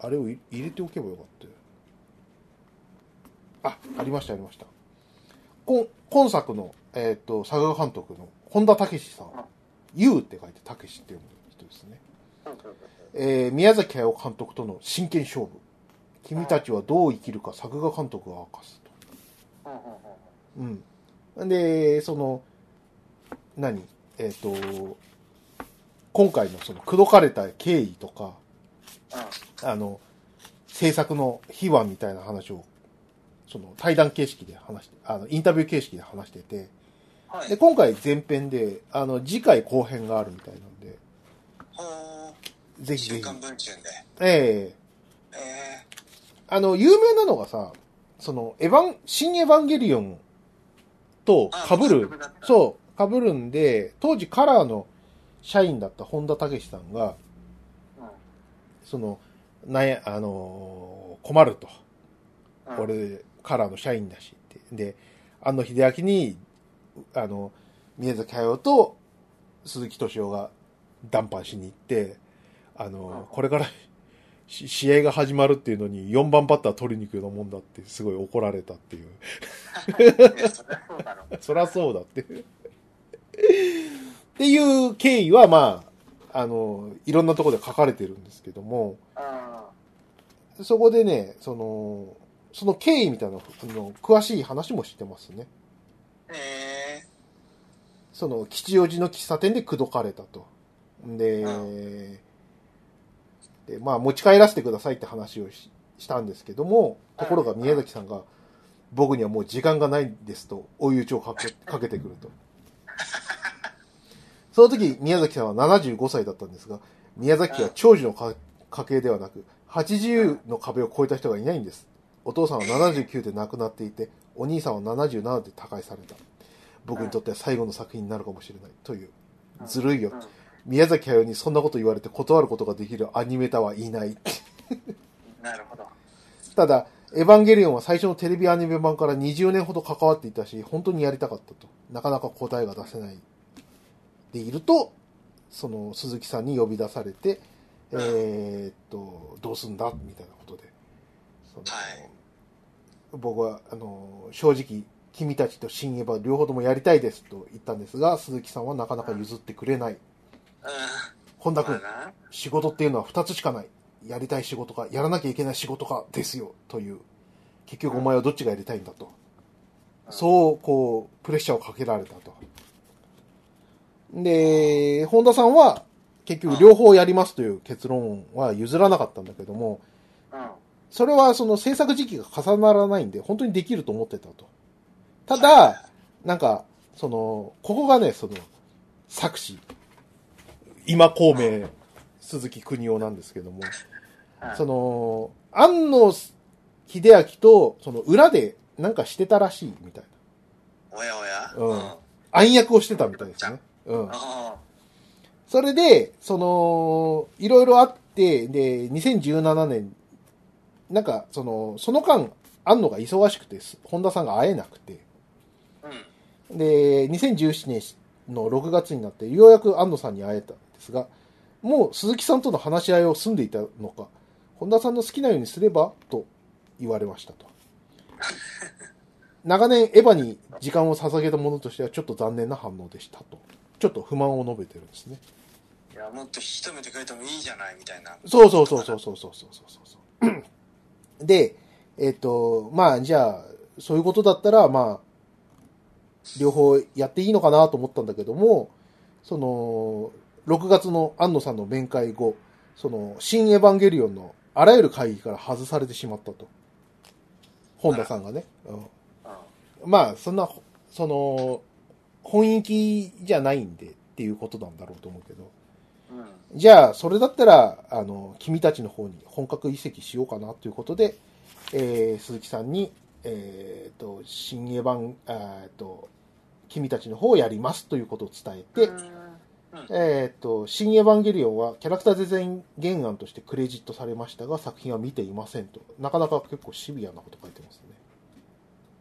Speaker 2: あれを入入れておけばよかった。あ、ありました、ありました。こん今作の、えっ、と、佐賀監督の本田武史さん
Speaker 1: うん、
Speaker 2: ゆうって書いて武史って読む人ですね。えー宮崎駿監督との真剣勝負。君たちはどう生きるか作画監督が明かすと。
Speaker 1: うんうんうん
Speaker 2: うん。で、その、何えっ、と、今回のその、口説かれた経緯とか、あの、制作の秘話みたいな話を、その、対談形式で話して、あの、インタビュー形式で話してて、
Speaker 1: はい。
Speaker 2: で、今回前編で、あの、次回後編があるみたいなんで、
Speaker 1: ほ
Speaker 2: ぜ
Speaker 1: う。
Speaker 2: ひぜ
Speaker 1: 週
Speaker 2: ひ。
Speaker 1: 刊文春で。
Speaker 2: ええ
Speaker 1: え
Speaker 2: あの、有名なのがさ、その、エヴァン、新エヴァンゲリオンと
Speaker 1: ー。
Speaker 2: 被る、
Speaker 1: そう。
Speaker 2: そう、被るんで、当時カラーの社員だった本田武史さんが、
Speaker 1: う
Speaker 2: その、なんや、あのー困ると。
Speaker 1: ん。うん。
Speaker 2: 俺、カラーの社員だしって。で、安野秀明に、あの、宮崎駿と鈴木敏夫が談判しに行って、あの、
Speaker 1: うん
Speaker 2: これからし試合が始まるっていうのに4番バッター取りに行くようなもんだってすごい怒られたっていう。
Speaker 1: いや、そりゃそうだろう。
Speaker 2: そりゃそうだって。っていう経緯はまあ、あの、いろんなところで書かれてるんですけども、
Speaker 1: う
Speaker 2: そこでね、その、その経緯みたいなの、詳しい話もしてますね。
Speaker 1: ん。え
Speaker 2: その、吉祥寺の喫茶店で口説かれたと。で、
Speaker 1: う
Speaker 2: で、まあ、持ち帰らせてくださいって話をししたんですけども、ところが宮崎さんが、僕にはもう時間がないですと、追い打ちをかけかけてくると。その時、宮崎さんは75歳だったんですが、宮崎家は長寿のか家系ではなく、80の壁を超えた人がいないんです。お父さんは79で亡くなっていて、お兄さんは77で他界された。僕にとっては最後の作品になるかもしれない。という。
Speaker 1: うん
Speaker 2: ずるい
Speaker 1: え
Speaker 2: よ。宮崎駿にそんなこと言われて断ることができるアニメーターはいない。
Speaker 1: うん。なるほど。
Speaker 2: ただ、エヴァンゲリオンは最初のテレビアニメ版から20年ほど関わっていたし、本当にやりたかったと。なかなか答えが出せない。でいると、その鈴木さんに呼び出されて、えーっと、どうすんだみたいなことで。その
Speaker 1: はい
Speaker 2: 僕は、あの、正直、君たちと新エヴァ両方ともやりたいですと言ったんですが、鈴木さんはなかなか譲ってくれない。
Speaker 1: うん。
Speaker 2: 本田君
Speaker 1: ま、あな。
Speaker 2: 仕事っていうのは2つしかない。やりたい仕事か、やらなきゃいけない仕事かですよ、という。結局お前はどっちがやりたいんだと。そう、こう、プレッシャーをかけられたと。で、本田さんは、結局両方やりますという結論は譲らなかったんだけども、
Speaker 1: うん。うん。
Speaker 2: それはその制作時期が重ならないんで、本当にできると思ってたと。ただ、なんか、その、ここがね、その、作詞、今孔明、鈴木邦夫なんですけども、
Speaker 1: はい
Speaker 2: その、安野秀明と、その裏でなんかしてたらしいみたいな。
Speaker 1: おやおや。
Speaker 2: うん
Speaker 1: うん。
Speaker 2: 暗躍をしてたみたいですね。うん。
Speaker 1: あ
Speaker 2: それで、その、いろいろあって、で、2017年、なんか、その、その間、安野が忙しくて、本田さんが会えなくて、
Speaker 1: あ。うん。
Speaker 2: で、2017年の6月になって、ようやく安野さんに会えたんですが、もう鈴木さんとの話し合いを済んでいたのか、本田さんの好きなようにすればと言われましたと。長年エヴァに時間を捧げたものとしてはちょっと残念な反応でしたと。ちょっと不満を述べてるんですね。
Speaker 1: いや、もっと引き止めてくれてもいいじゃないみたいな。
Speaker 2: そうそうそうそうそうそうそうそうそう。で、えっ、と、まあ、じゃあ、そういうことだったら、まあ、両方やっていいのかなと思ったんだけども、その、6月の安野さんの面会後、その、新エヴァンゲリオンのあらゆる会議から外されてしまったと。本田さんがね。うん
Speaker 1: うん。
Speaker 2: まあ、そんな、その、本意気じゃないんでっていうことなんだろうと思うけど。
Speaker 1: うん。
Speaker 2: じゃあ、それだったら、あの、君たちの方に本格移籍しようかなということで、えー鈴木さんに、えーと、新エヴァン、あーえーと、君たちの方をやりますということを伝えて、えーと、新エヴァンゲリオンはキャラクターデザイン原案としてクレジットされましたが、作品は見ていませんと。なかなか結構シビアなこと書いてます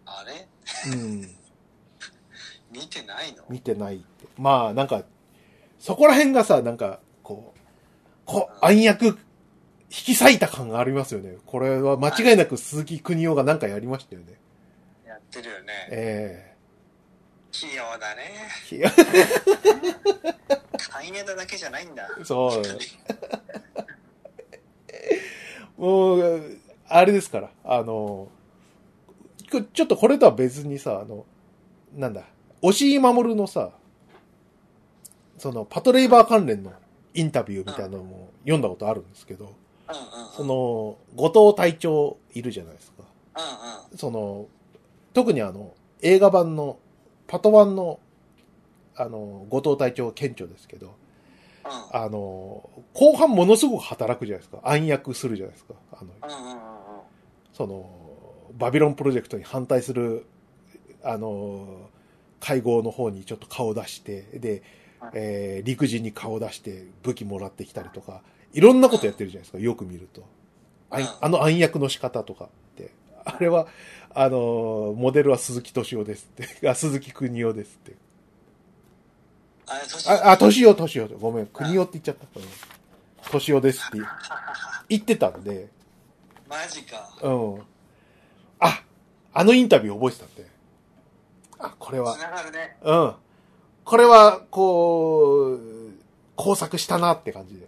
Speaker 1: あれ
Speaker 2: ね。うん。
Speaker 1: 見てないの
Speaker 2: 見てないって。まあ、なんか、そこら辺がさ、なんか、こう、こう、暗躍、引き裂いた感がありますよね。これは間違いなく鈴木邦夫がなんかやりましたよね。
Speaker 1: やってるよね。
Speaker 2: え
Speaker 1: 器用だね。
Speaker 2: えいや
Speaker 1: 買いネタだけじゃないんだ。
Speaker 2: そう。もう、あれですから、あの、こちょっとこれとは別にさ、あの、なんだ、押井守のさ、その、パトレイバー関連のインタビューみたいなのも読んだことあるんですけど、
Speaker 1: うんうん。
Speaker 2: そ、の、後藤隊長いるじゃないですか。
Speaker 1: うんうん。
Speaker 2: その、特にあの、映画版の、パトワンの、あの、後藤隊長顕著ですけど、
Speaker 1: う
Speaker 2: あの、後半ものすごく働くじゃないですか。暗躍するじゃないですか。あの、
Speaker 1: ん。うんうんうんうん。
Speaker 2: その、バビロンプロジェクトに反対する、あの、会合の方にちょっと顔出して、で
Speaker 1: はい、
Speaker 2: えー陸人に顔出して武器もらってきたりとか、いろんなことやってるじゃないですか、よく見ると。あい
Speaker 1: うん
Speaker 2: あの暗躍の仕方とかって。あれは、あのー、モデルは鈴木敏夫ですって。あ、鈴木邦夫ですって。
Speaker 1: あれ、年
Speaker 2: あ、あ、敏夫、敏夫。ごめん、邦夫って言っちゃった。うん敏夫ですって言ってたんで、
Speaker 1: マジか。
Speaker 2: うん。あ、あのインタビュー覚えてたんで。あ、これは
Speaker 1: つ、ながるね。
Speaker 2: うん。これは、こう、工作したなって感じで。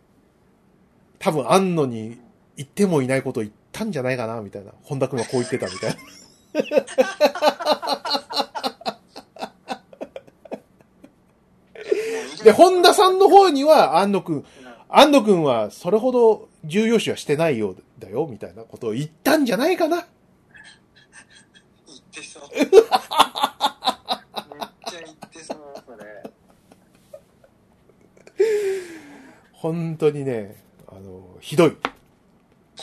Speaker 2: 多分、安野に言ってもいないことを言ったんじゃないかな、みたいな。本田君はこう言ってた、みたいな。
Speaker 1: もういる
Speaker 2: で、本田さんの方には、安野君、
Speaker 1: うん
Speaker 2: 安野君はそれほど重要視はしてないようだよ、みたいなことを言ったんじゃないかな。
Speaker 1: 言ってそう。めっちゃ言ってそう、それ。
Speaker 2: 本当にね、あの、ひどい。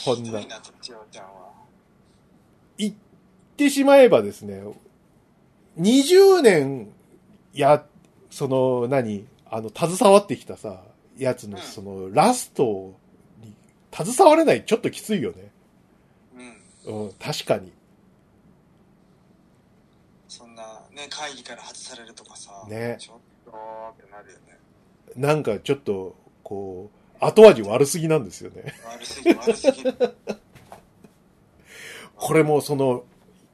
Speaker 2: こん
Speaker 1: ひ
Speaker 2: な
Speaker 1: どい。な、とちおちゃんは。
Speaker 2: 言ってしまえばですね、20年、や、その、何、あの、携わってきたさ、やつの、
Speaker 1: うん
Speaker 2: その、ラストに、携われない、ちょっときついよね。
Speaker 1: うん。
Speaker 2: うん、確かに。
Speaker 1: そんな、ね、会議から外されるとかさ。
Speaker 2: ね
Speaker 1: ちょっとーってなるよね。
Speaker 2: なんか、ちょっと、こう、後味悪すぎなんですよね。
Speaker 1: 悪すぎる、悪すぎる。
Speaker 2: これも、その、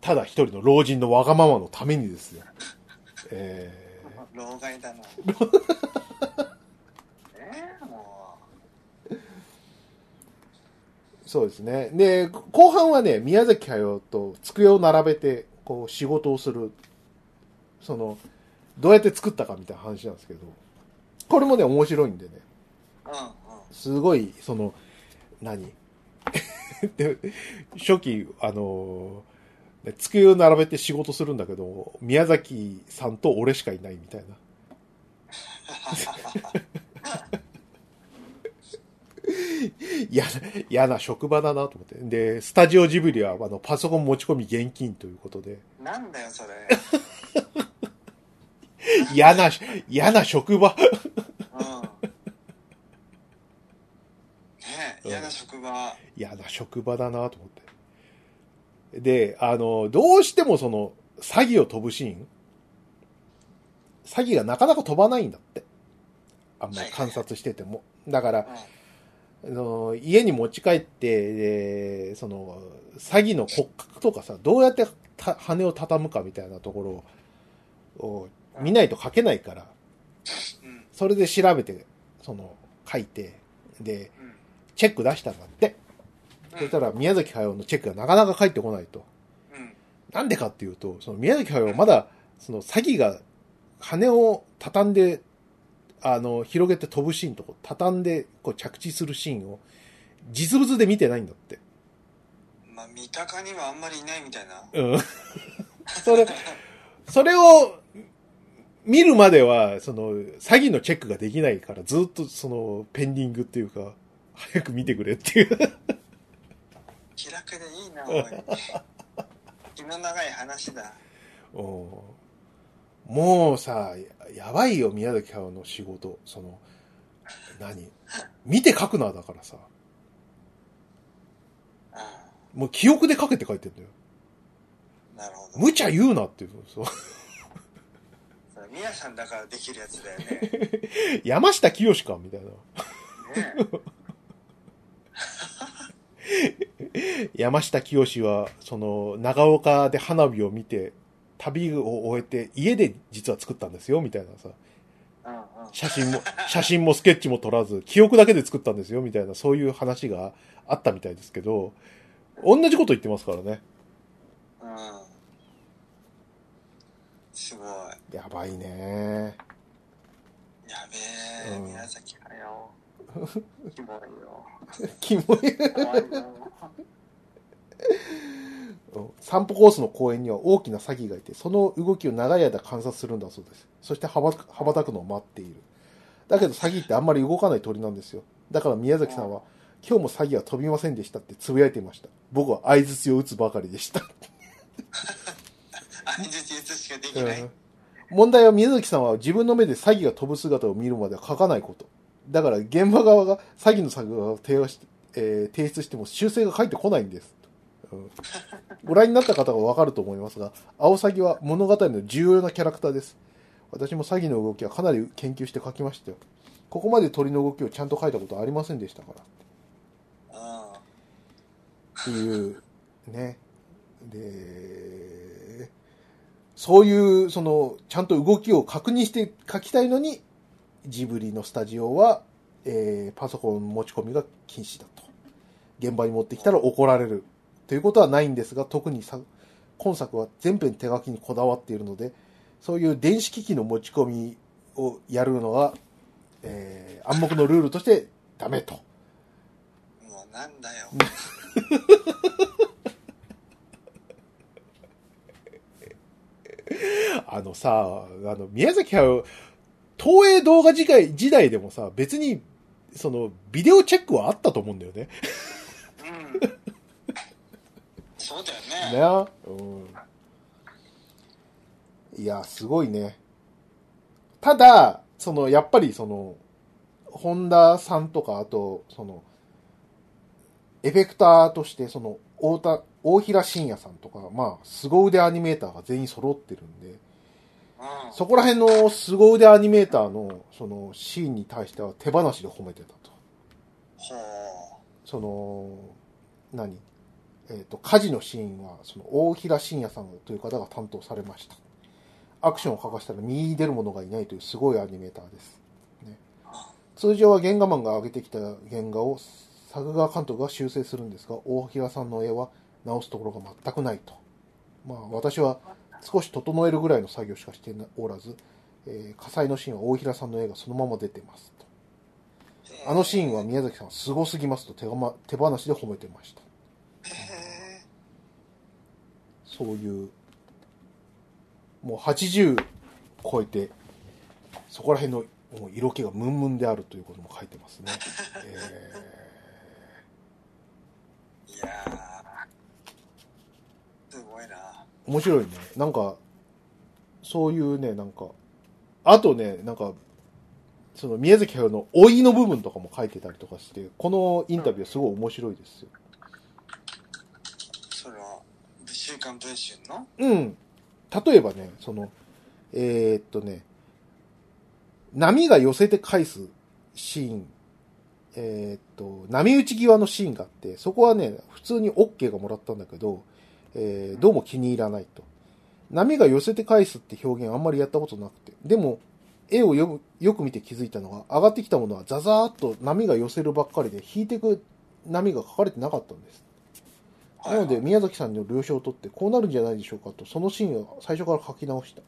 Speaker 2: ただ一人の老人のわがままのためにですよ。え
Speaker 1: 老害だな。ねえ、も
Speaker 2: ーそうですね。で、後半はね、宮崎駿と机を並べて、こう、仕事をする、その、どうやって作ったかみたいな話なんですけど、これもね、面白いんでね。
Speaker 1: う。うん、うん。
Speaker 2: すごい、その、何 で初期、あのー、ね机を並べて仕事するんだけど、宮崎さんと俺しかいないみたいな。 いや、嫌な職場だなと思って。で、スタジオジブリは、あの、パソコン持ち込み現金ということで、
Speaker 1: なんだよ、それ。
Speaker 2: 嫌な、嫌な職場。
Speaker 1: うん。ねえ、嫌な職場。
Speaker 2: 嫌な職場だなと思って。で、あの、どうしてもその、詐欺を飛ぶシーン詐欺がなかなか飛ばないんだって。あんまり観察してても。だから、
Speaker 1: う
Speaker 2: あの家に持ち帰って、で、その、詐欺の骨格とかさ、どうやってた羽を畳むかみたいなところを見ないと書けないから、
Speaker 1: ん。うん。
Speaker 2: それで調べて、その、書いて、で、
Speaker 1: うん。
Speaker 2: チェック出したんだって。
Speaker 1: うん
Speaker 2: そしたら宮崎駿のチェックがなかなか返ってこないと。
Speaker 1: うん。
Speaker 2: なんでかっていうと、その宮崎駿はまだ、その詐欺が羽を畳んで、あの、広げて飛ぶシーンとこう畳んでこう着地するシーンを実物で見てないんだって。
Speaker 1: まあ、三鷹にはあんまりいないみたいな。
Speaker 2: うん。それ、それを見るまでは、その詐欺のチェックができないからずっとそのペンディングっていうか、早く見てくれっていう。
Speaker 1: 気楽でいいな、おい。気の長い話だ。
Speaker 2: うんもうさ、ややばいよ、宮崎駿の仕事。その、何見て書くな、だからさ。
Speaker 1: あ
Speaker 2: もう記憶で書けって書いてんだよ。
Speaker 1: あ、なるほど。
Speaker 2: 無茶言うなっていう。そう
Speaker 1: それ、宮さんだからできるやつだよね。ね
Speaker 2: 山下清か、みたいな。山下清は、その、長岡で花火を見て、旅を終えて、家で実は作ったんですよ、みたいなさ。
Speaker 1: うんうん。
Speaker 2: 写真も、 写真もスケッチも撮らず、記憶だけで作ったんですよ、みたいな、そういう話があったみたいですけど、同じこと言ってますからね。
Speaker 1: うん。すごい。
Speaker 2: やばいね。
Speaker 1: やべえ、
Speaker 2: うん
Speaker 1: 宮崎 駿。キモいよ。
Speaker 2: キモい。
Speaker 1: 怖いよ。
Speaker 2: 散歩コースの公園には大きな詐欺がいて、その動きを長い間観察するんだそうです。そして羽ば羽ばたくのを待っている。だけど詐欺ってあんまり動かない鳥なんですよ。だから宮崎さんは、今日も詐欺は飛びませんでしたってつぶやいていました。僕は相槌を打つばかりでした。
Speaker 1: 相づち打つしかでき
Speaker 2: う
Speaker 1: ない。
Speaker 2: ん問題は水木さんは自分の目で詐欺が飛ぶ姿を見るまでは書かないこと。だから現場側が詐欺の作画を提案し、えー提出しても修正が返ってこないんです。うんご覧になった方がわかると思いますが、アオサギは物語の重要なキャラクターです。私も詐欺の動きはかなり研究して書きましたよ。ここまで鳥の動きをちゃんと書いたことはありませんでしたから。
Speaker 1: あ
Speaker 2: っていう、ね。で、そういう、その、ちゃんと動きを確認して書きたいのに、ジブリのスタジオは、えーパソコン持ち込みが禁止だと。現場に持ってきたら怒られる。ということはないんですが、特にさ今作は全編手書きにこだわっているので、そういう電子機器の持ち込みをやるのは、えー暗黙のルールとしてダメと。
Speaker 1: あ、もうなんだよ。
Speaker 2: あのさ、あの、宮崎駿、東映動画時代時代でもさ、別に、その、ビデオチェックはあったと思うんだよね。
Speaker 1: うん。そうだよね。
Speaker 2: ね。うん。いや、すごいね。ただ、その、やっぱりその、本田さんとか、あと、その、エフェクターとして、その、大田、大平信也さんとか、まあ、凄腕アニメーターが全員揃ってるんで、
Speaker 1: うん。
Speaker 2: そこら辺の凄腕アニメーターの、その、シーンに対しては手放しで褒めてたと。
Speaker 1: ほ
Speaker 2: その、何えっ、と、火事のシーンは、その、大平信也さんという方が担当されました。アクションを書かせたら右に出る者がいないというすごいアニメーターです。ね、通常は原画マンが上げてきた原画を作画監督が修正するんですが、大平さんの絵は直すところが全くないと。まあ、私は少し整えるぐらいの作業しかしておらず、えー火災のシーンは大平さんの絵がそのまま出てますと。
Speaker 1: う。
Speaker 2: あのシーンは
Speaker 1: へ
Speaker 2: 宮崎さんすごすぎますと手が、ま、手放しで褒めてました。
Speaker 1: え。
Speaker 2: そういう、もう80超えて、そこら辺のもう色気がムンムンであるということも書いてますね。
Speaker 1: いやー。すごいな。
Speaker 2: えー面白いね。なんか、そういうね、なんか、あとね、なんか、その宮崎駿の老いの部分とかも書いてたりとかして、このインタビューはすごい面白いですよ。
Speaker 1: その、週刊文春の
Speaker 2: うん。例えばね、その、えーっとね、波が寄せて返すシーン、えーっと、波打ち際のシーンがあって、そこはね、普通に OK がもらったんだけど、えーどうも気に入らないと。波が寄せて返すって表現あんまりやったことなくて。でも、絵をよくよく見て気づいたのが、上がってきたものはザザーっと波が寄せるばっかりで、引いてく波が書かれてなかったんです。なので、宮崎さんの了承を取って、こうなるんじゃないでしょうかと、そのシーンを最初から書き直した。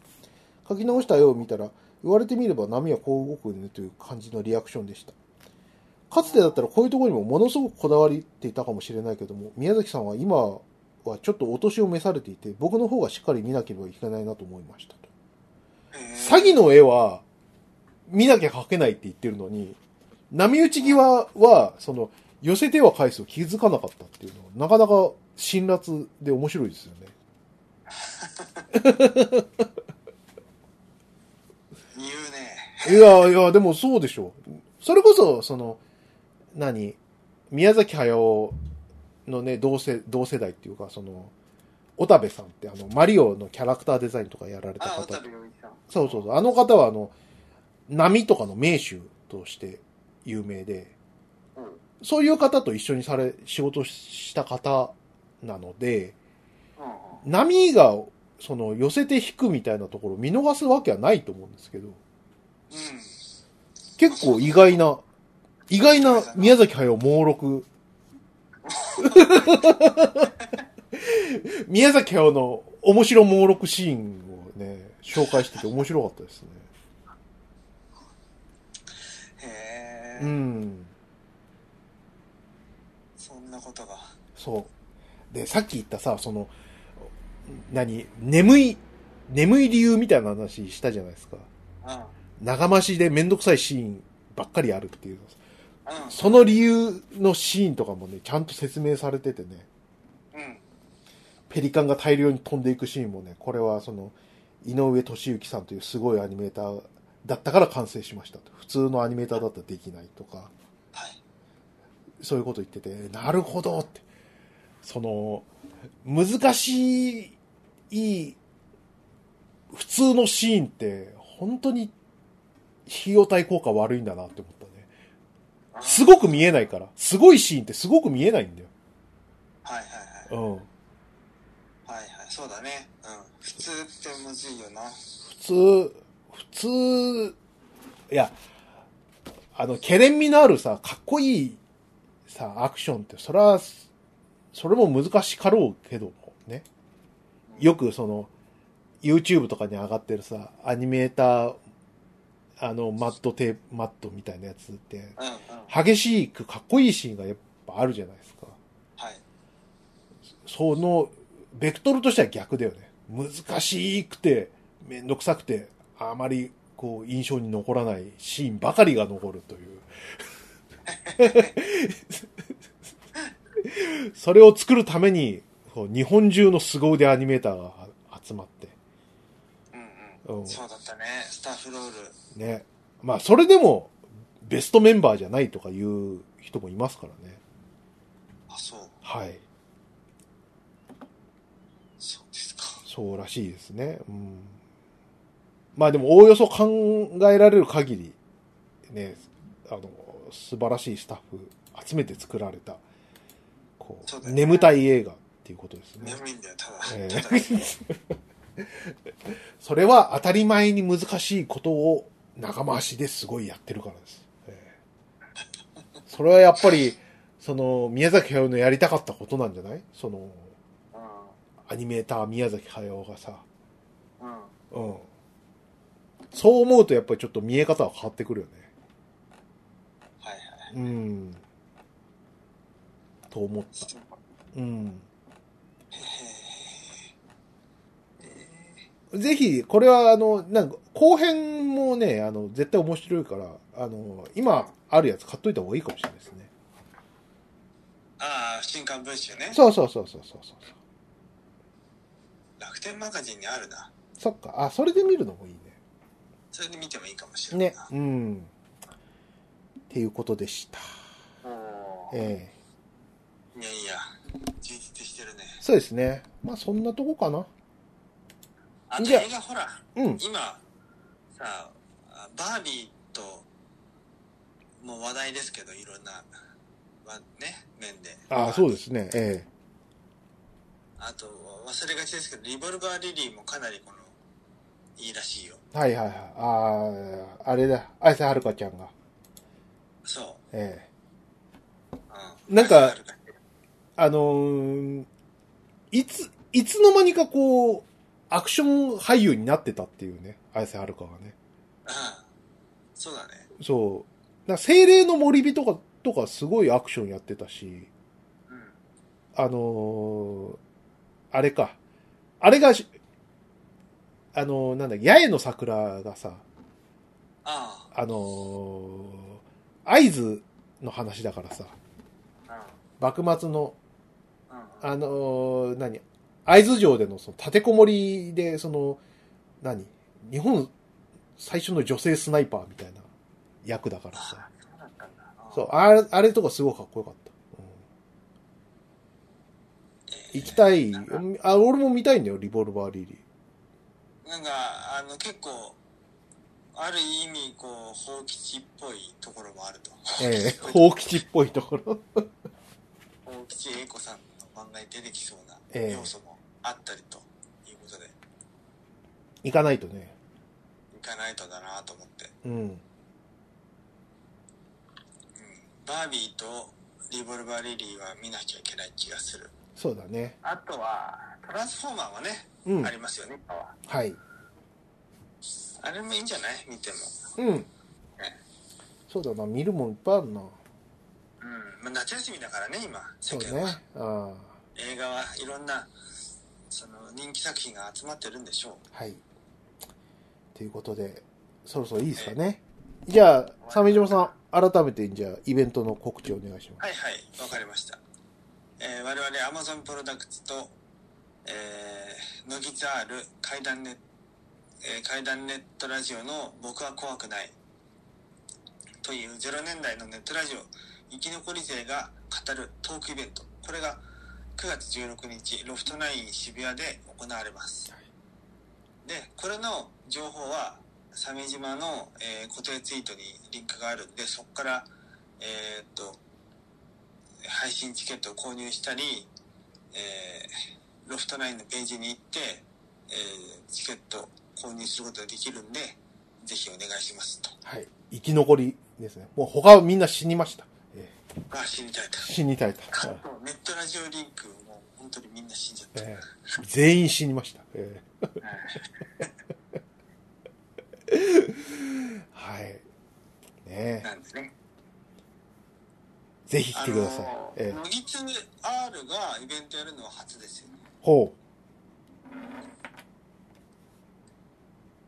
Speaker 2: 書き直した絵を見たら、言われてみれば波はこう動くねという感じのリアクションでした。かつてだったらこういうところにもものすごくこだわりっていたかもしれないけども、宮崎さんは今はちょっとお年を召されていて、僕の方がしっかり見なければいけないなと思いましたと。詐欺
Speaker 1: の
Speaker 2: の絵は見なきゃ描けないって言ってるのに、波打ち際は、その、寄せては返すを気づかなかったっていうのは、なかなか辛辣で面白いですよね。
Speaker 1: 言うね。
Speaker 2: いやいや、でもそうでしょう。それこそ、その、何宮崎駿のね、同世、同世代っていうか、その、小田部さんって、あの、マリオのキャラクターデザインとかやられた
Speaker 1: あ、
Speaker 2: 方。
Speaker 1: 渡部陽一さん。
Speaker 2: そうそうそう。あの方は、あの、波とかの名手として有名で、
Speaker 1: うん
Speaker 2: そういう方と一緒にされ、仕事した方なので、
Speaker 1: うんうん。
Speaker 2: 波が、その、寄せて引くみたいなところを見逃すわけはないと思うんですけど、
Speaker 1: うん。
Speaker 2: 結構意外な、意外な宮崎駿猛 録。宮崎駿の面白猛録シーンをね、紹介してて面白かったですね。
Speaker 1: へえ、
Speaker 2: うん。
Speaker 1: そんなことが。
Speaker 2: そう。で、さっき言ったさ、その、何、眠い、眠い理由みたいな話したじゃないですか。
Speaker 1: う
Speaker 2: 長回しでめんどくさいシーンばっかりあるっていう。
Speaker 1: ん。うん。
Speaker 2: その理由のシーンとかもね、ちゃんと説明されててね、
Speaker 1: うん。
Speaker 2: ペリカンが大量に飛んでいくシーンもね、これはその、井上俊之さんというすごいアニメーターだったから完成しましたと。普通のアニメーターだったらできないとか、
Speaker 1: はい。
Speaker 2: そういうこと言ってて、なるほどって。その、難しい、普通のシーンって、本当に費用対効果悪いんだなって思ったね。
Speaker 1: あー
Speaker 2: すごく見えないから。すごいシーンってすごく見えないんだよ。
Speaker 1: はいはい
Speaker 2: うん。
Speaker 1: はい。はいはい。そうだね。うん。普通ってむずいよな。
Speaker 2: 普通、普通、いや、あの、懸念味のあるさ、かっこいいさ、アクションって、それは、それも難しかろうけどもね。よくその、YouTube とかに上がってるさ、アニメーター、あの、マットテープ、マットみたいなやつって、
Speaker 1: うんうん。
Speaker 2: 激しくかっこいいシーンがやっぱあるじゃないですか。
Speaker 1: はい。
Speaker 2: その、ベクトルとしては逆だよね。難しくて、めんどくさくて、あまり、こう、印象に残らないシーンばかりが残るという。 それを作るために、こう日本中の凄腕アニメーターが集まって、
Speaker 1: う
Speaker 2: うん
Speaker 1: うん。そうだったね。スタッフロール。
Speaker 2: ん、ね。まあ、それでも、ベストメンバーじゃないとかいう人もいますからね。
Speaker 1: あ、そう。
Speaker 2: はい。
Speaker 1: そうですか。
Speaker 2: そうらしいですね。うん。まあでも、おおよそ考えられる限り、ね、あの、素晴らしいスタッフ集めて作られた、こ
Speaker 1: そうだ
Speaker 2: う、
Speaker 1: ね
Speaker 2: 眠たい映画っていうことですね。
Speaker 1: 眠いんだよ、ただ。
Speaker 2: え
Speaker 1: ただ
Speaker 2: それは当たり前に難しいことを長回しですごいやってるからです。ええそれはやっぱり、その、宮崎駿のやりたかったことなんじゃないその、アニメーター宮崎駿がさ、
Speaker 1: うん。うん。
Speaker 2: うん。そう思うとやっぱりちょっと見え方は変わってくるよね。
Speaker 1: はいはい。
Speaker 2: うん。と思っ
Speaker 1: ちょっと
Speaker 2: た。うん。
Speaker 1: へーえ
Speaker 2: ぜひ、これはあの、なんか、後編もね、あの、絶対面白いから、あの、今あるやつ買っといた方がいいかもしれないですね。
Speaker 1: ーああ、新刊文集ね。
Speaker 2: そうそうそうそうそうそう。
Speaker 1: 楽天マガジンにあるな。
Speaker 2: そっか。あ、それで見るのもいいね。
Speaker 1: それで見てもいいかもしれない
Speaker 2: ね
Speaker 1: な。。
Speaker 2: うん。っていうことでした。
Speaker 1: おー
Speaker 2: ええ
Speaker 1: いやいや、充実してるね。
Speaker 2: そうですね。まあ、そんなとこかな。
Speaker 1: あと
Speaker 2: じゃあ
Speaker 1: 映画ほら、
Speaker 2: うん。
Speaker 1: 今、さあ、バービーと、もう話題ですけど、いろんな、わね、面で。
Speaker 2: あ、そうですね。え
Speaker 1: あと、忘れがちですけど、リボルバーリリーもかなりこの、いいらしいよ。
Speaker 2: えはいはいはい。ああ、あれだ。綾瀬はるかちゃんが。
Speaker 1: そ
Speaker 2: え
Speaker 1: う。
Speaker 2: え
Speaker 1: う
Speaker 2: なんか
Speaker 1: あるら
Speaker 2: あのーいつ、いつの間にかこう、アクション俳優になってたっていうね、綾瀬はるかがね。
Speaker 1: うん。そうだね。
Speaker 2: そう。だから精霊の森火とか、とかすごいアクションやってたし、
Speaker 1: うん。
Speaker 2: あのーあれか。あれがし、あのーなんだ、八重の桜がさ、
Speaker 1: あ
Speaker 2: あのー、合図の話だからさ、
Speaker 1: あ。
Speaker 2: 幕末の
Speaker 1: うん。うん。
Speaker 2: あのー何会津城でのその立てこもりで、その、何日本最初の女性スナイパーみたいな役だからさ。
Speaker 1: そうだったんだ。
Speaker 2: そう、あれ、あれとかすごいかっこよかった。うん、行きたい。うんあ、俺も見たいんだよ、リボルバーリリー。
Speaker 1: なんか、あの、結構、ある意味、こう、放吉っぽいところもあると。
Speaker 2: ええほうきちっぽいところ。
Speaker 1: 放吉英子さんの漫画に出てきそうな
Speaker 2: ええ
Speaker 1: 要素もあったりということで、
Speaker 2: 行かないとね。
Speaker 1: いかないとだなと思って。
Speaker 2: うん。
Speaker 1: うん。バービーとリボルバーリリーは見なきゃいけない気がする。
Speaker 2: そうだね。
Speaker 1: あとは、トランスフォーマーはね、
Speaker 2: うん。
Speaker 1: ありますよね、今は
Speaker 2: はい。
Speaker 1: あれもいいんじゃない見ても。
Speaker 2: うん。そうだな、見るもんいっぱいあるな。
Speaker 1: うん。まあ、夏休みだからね、今、
Speaker 2: そ
Speaker 1: 世間
Speaker 2: うね
Speaker 1: は。。
Speaker 2: ああ。
Speaker 1: 映画はいろんな、その、人気作品が集まってるんでしょう。
Speaker 2: はい。ということで、そろそろいいですかね。じゃあ、鮫島さん、改めて、じゃあ、イベントの告知をお願いします。
Speaker 1: はいはい、わかりました。えー我々 Amazon プロダクツと、えー、ノギザール、怪談ネッえー怪談ネットラジオの「僕は怖くない」という0年代のネットラジオ生き残り勢が語るトークイベントこれが9月16日ロフトナイン渋谷で行われます、
Speaker 2: はい
Speaker 1: でこれの情報は鮫島の、えー固定ツイートにリンクがあるんでそこからえーっと配信チケットを購入したり、えーロフトナインのページに行って、えーチケット購入することができるんでぜひお願いしますと
Speaker 2: はい。生き残りですね。もう他はみんな死にました。え
Speaker 1: あ死にたいと
Speaker 2: ー死にたいと。はい
Speaker 1: もうネットラジオリンクもう本当にみんな死んじゃった、
Speaker 2: えー全員死にました。え
Speaker 1: はい
Speaker 2: ーはい。ねえ
Speaker 1: なんでね
Speaker 2: ぜひ来てください。
Speaker 1: あ
Speaker 2: え
Speaker 1: の
Speaker 2: ー
Speaker 1: 乃木津 R がイベントやるのは初ですよね
Speaker 2: ほ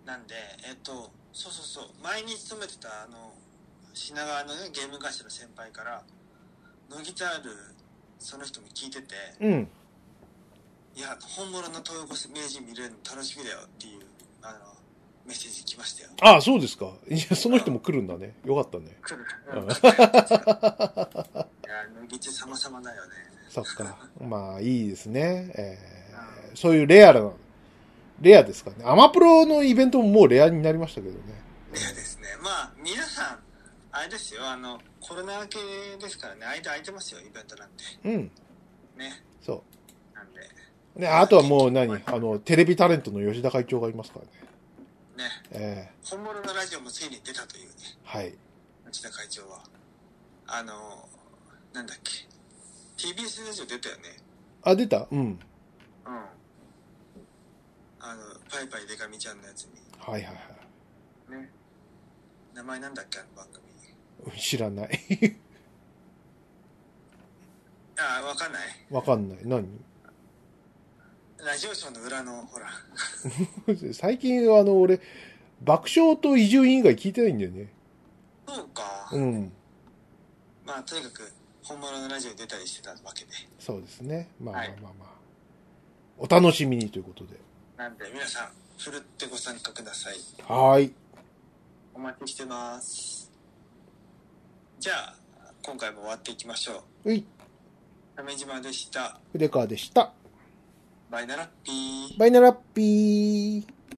Speaker 1: なんでえっとそうそうそう前に勤めてたあの品川のねゲーム会社の先輩から乃木津 R その人も聞いてて
Speaker 2: う。うん。
Speaker 1: いや本物の東横名人見れるの楽しみだよっていうあのメッセージ来ましたよ
Speaker 2: ああ、そうですか。いや、その人も来るんだね。よかったね。
Speaker 1: 来る
Speaker 2: う
Speaker 1: い
Speaker 2: ん
Speaker 1: や乃木津様々だよね
Speaker 2: そっか。まあ、いいですね。え
Speaker 1: う
Speaker 2: ー、そういうレアな、レアですかね。アマプロのイベントももうレアになりましたけどね。
Speaker 1: ねですねまあ皆さんあれですよあのコロナ明けですからね間空いてますよイベントなんて
Speaker 2: うん。
Speaker 1: ね
Speaker 2: そ
Speaker 1: なんで
Speaker 2: う。ね、あとはもう何あの、テレビタレントの吉田会長がいますからね。
Speaker 1: ね
Speaker 2: え
Speaker 1: 本物のラジオもついに出たというね
Speaker 2: ー、はい。
Speaker 1: 内田会長はあのなんだっけ TBS ラジオ出たよね
Speaker 2: あ、出たうん。
Speaker 1: うんあのパイパイデカミちゃんのやつに
Speaker 2: はいはいは
Speaker 1: ね名前なんだっけあの番組
Speaker 2: い。知らない。
Speaker 1: あわかんない
Speaker 2: わかんない。何
Speaker 1: ラジオショーの裏のほら
Speaker 2: 最近、あの、俺、爆笑と移住委員会聞いてないんだよね。
Speaker 1: そうか、
Speaker 2: うん。
Speaker 1: まあとにかく本物のラジオに出たりしてたわけで
Speaker 2: そうですね。まあまあ
Speaker 1: はい
Speaker 2: まあまあ。お楽しみにということで。
Speaker 1: なんで皆さん、ふるってご参加ください。
Speaker 2: はーい。
Speaker 1: お待ちしてます。じゃあ、今回も終わっていきましょう。
Speaker 2: うい、
Speaker 1: 亀島でした。
Speaker 2: 筆川でした。
Speaker 1: バイナラッピー。
Speaker 2: バイナラッピー。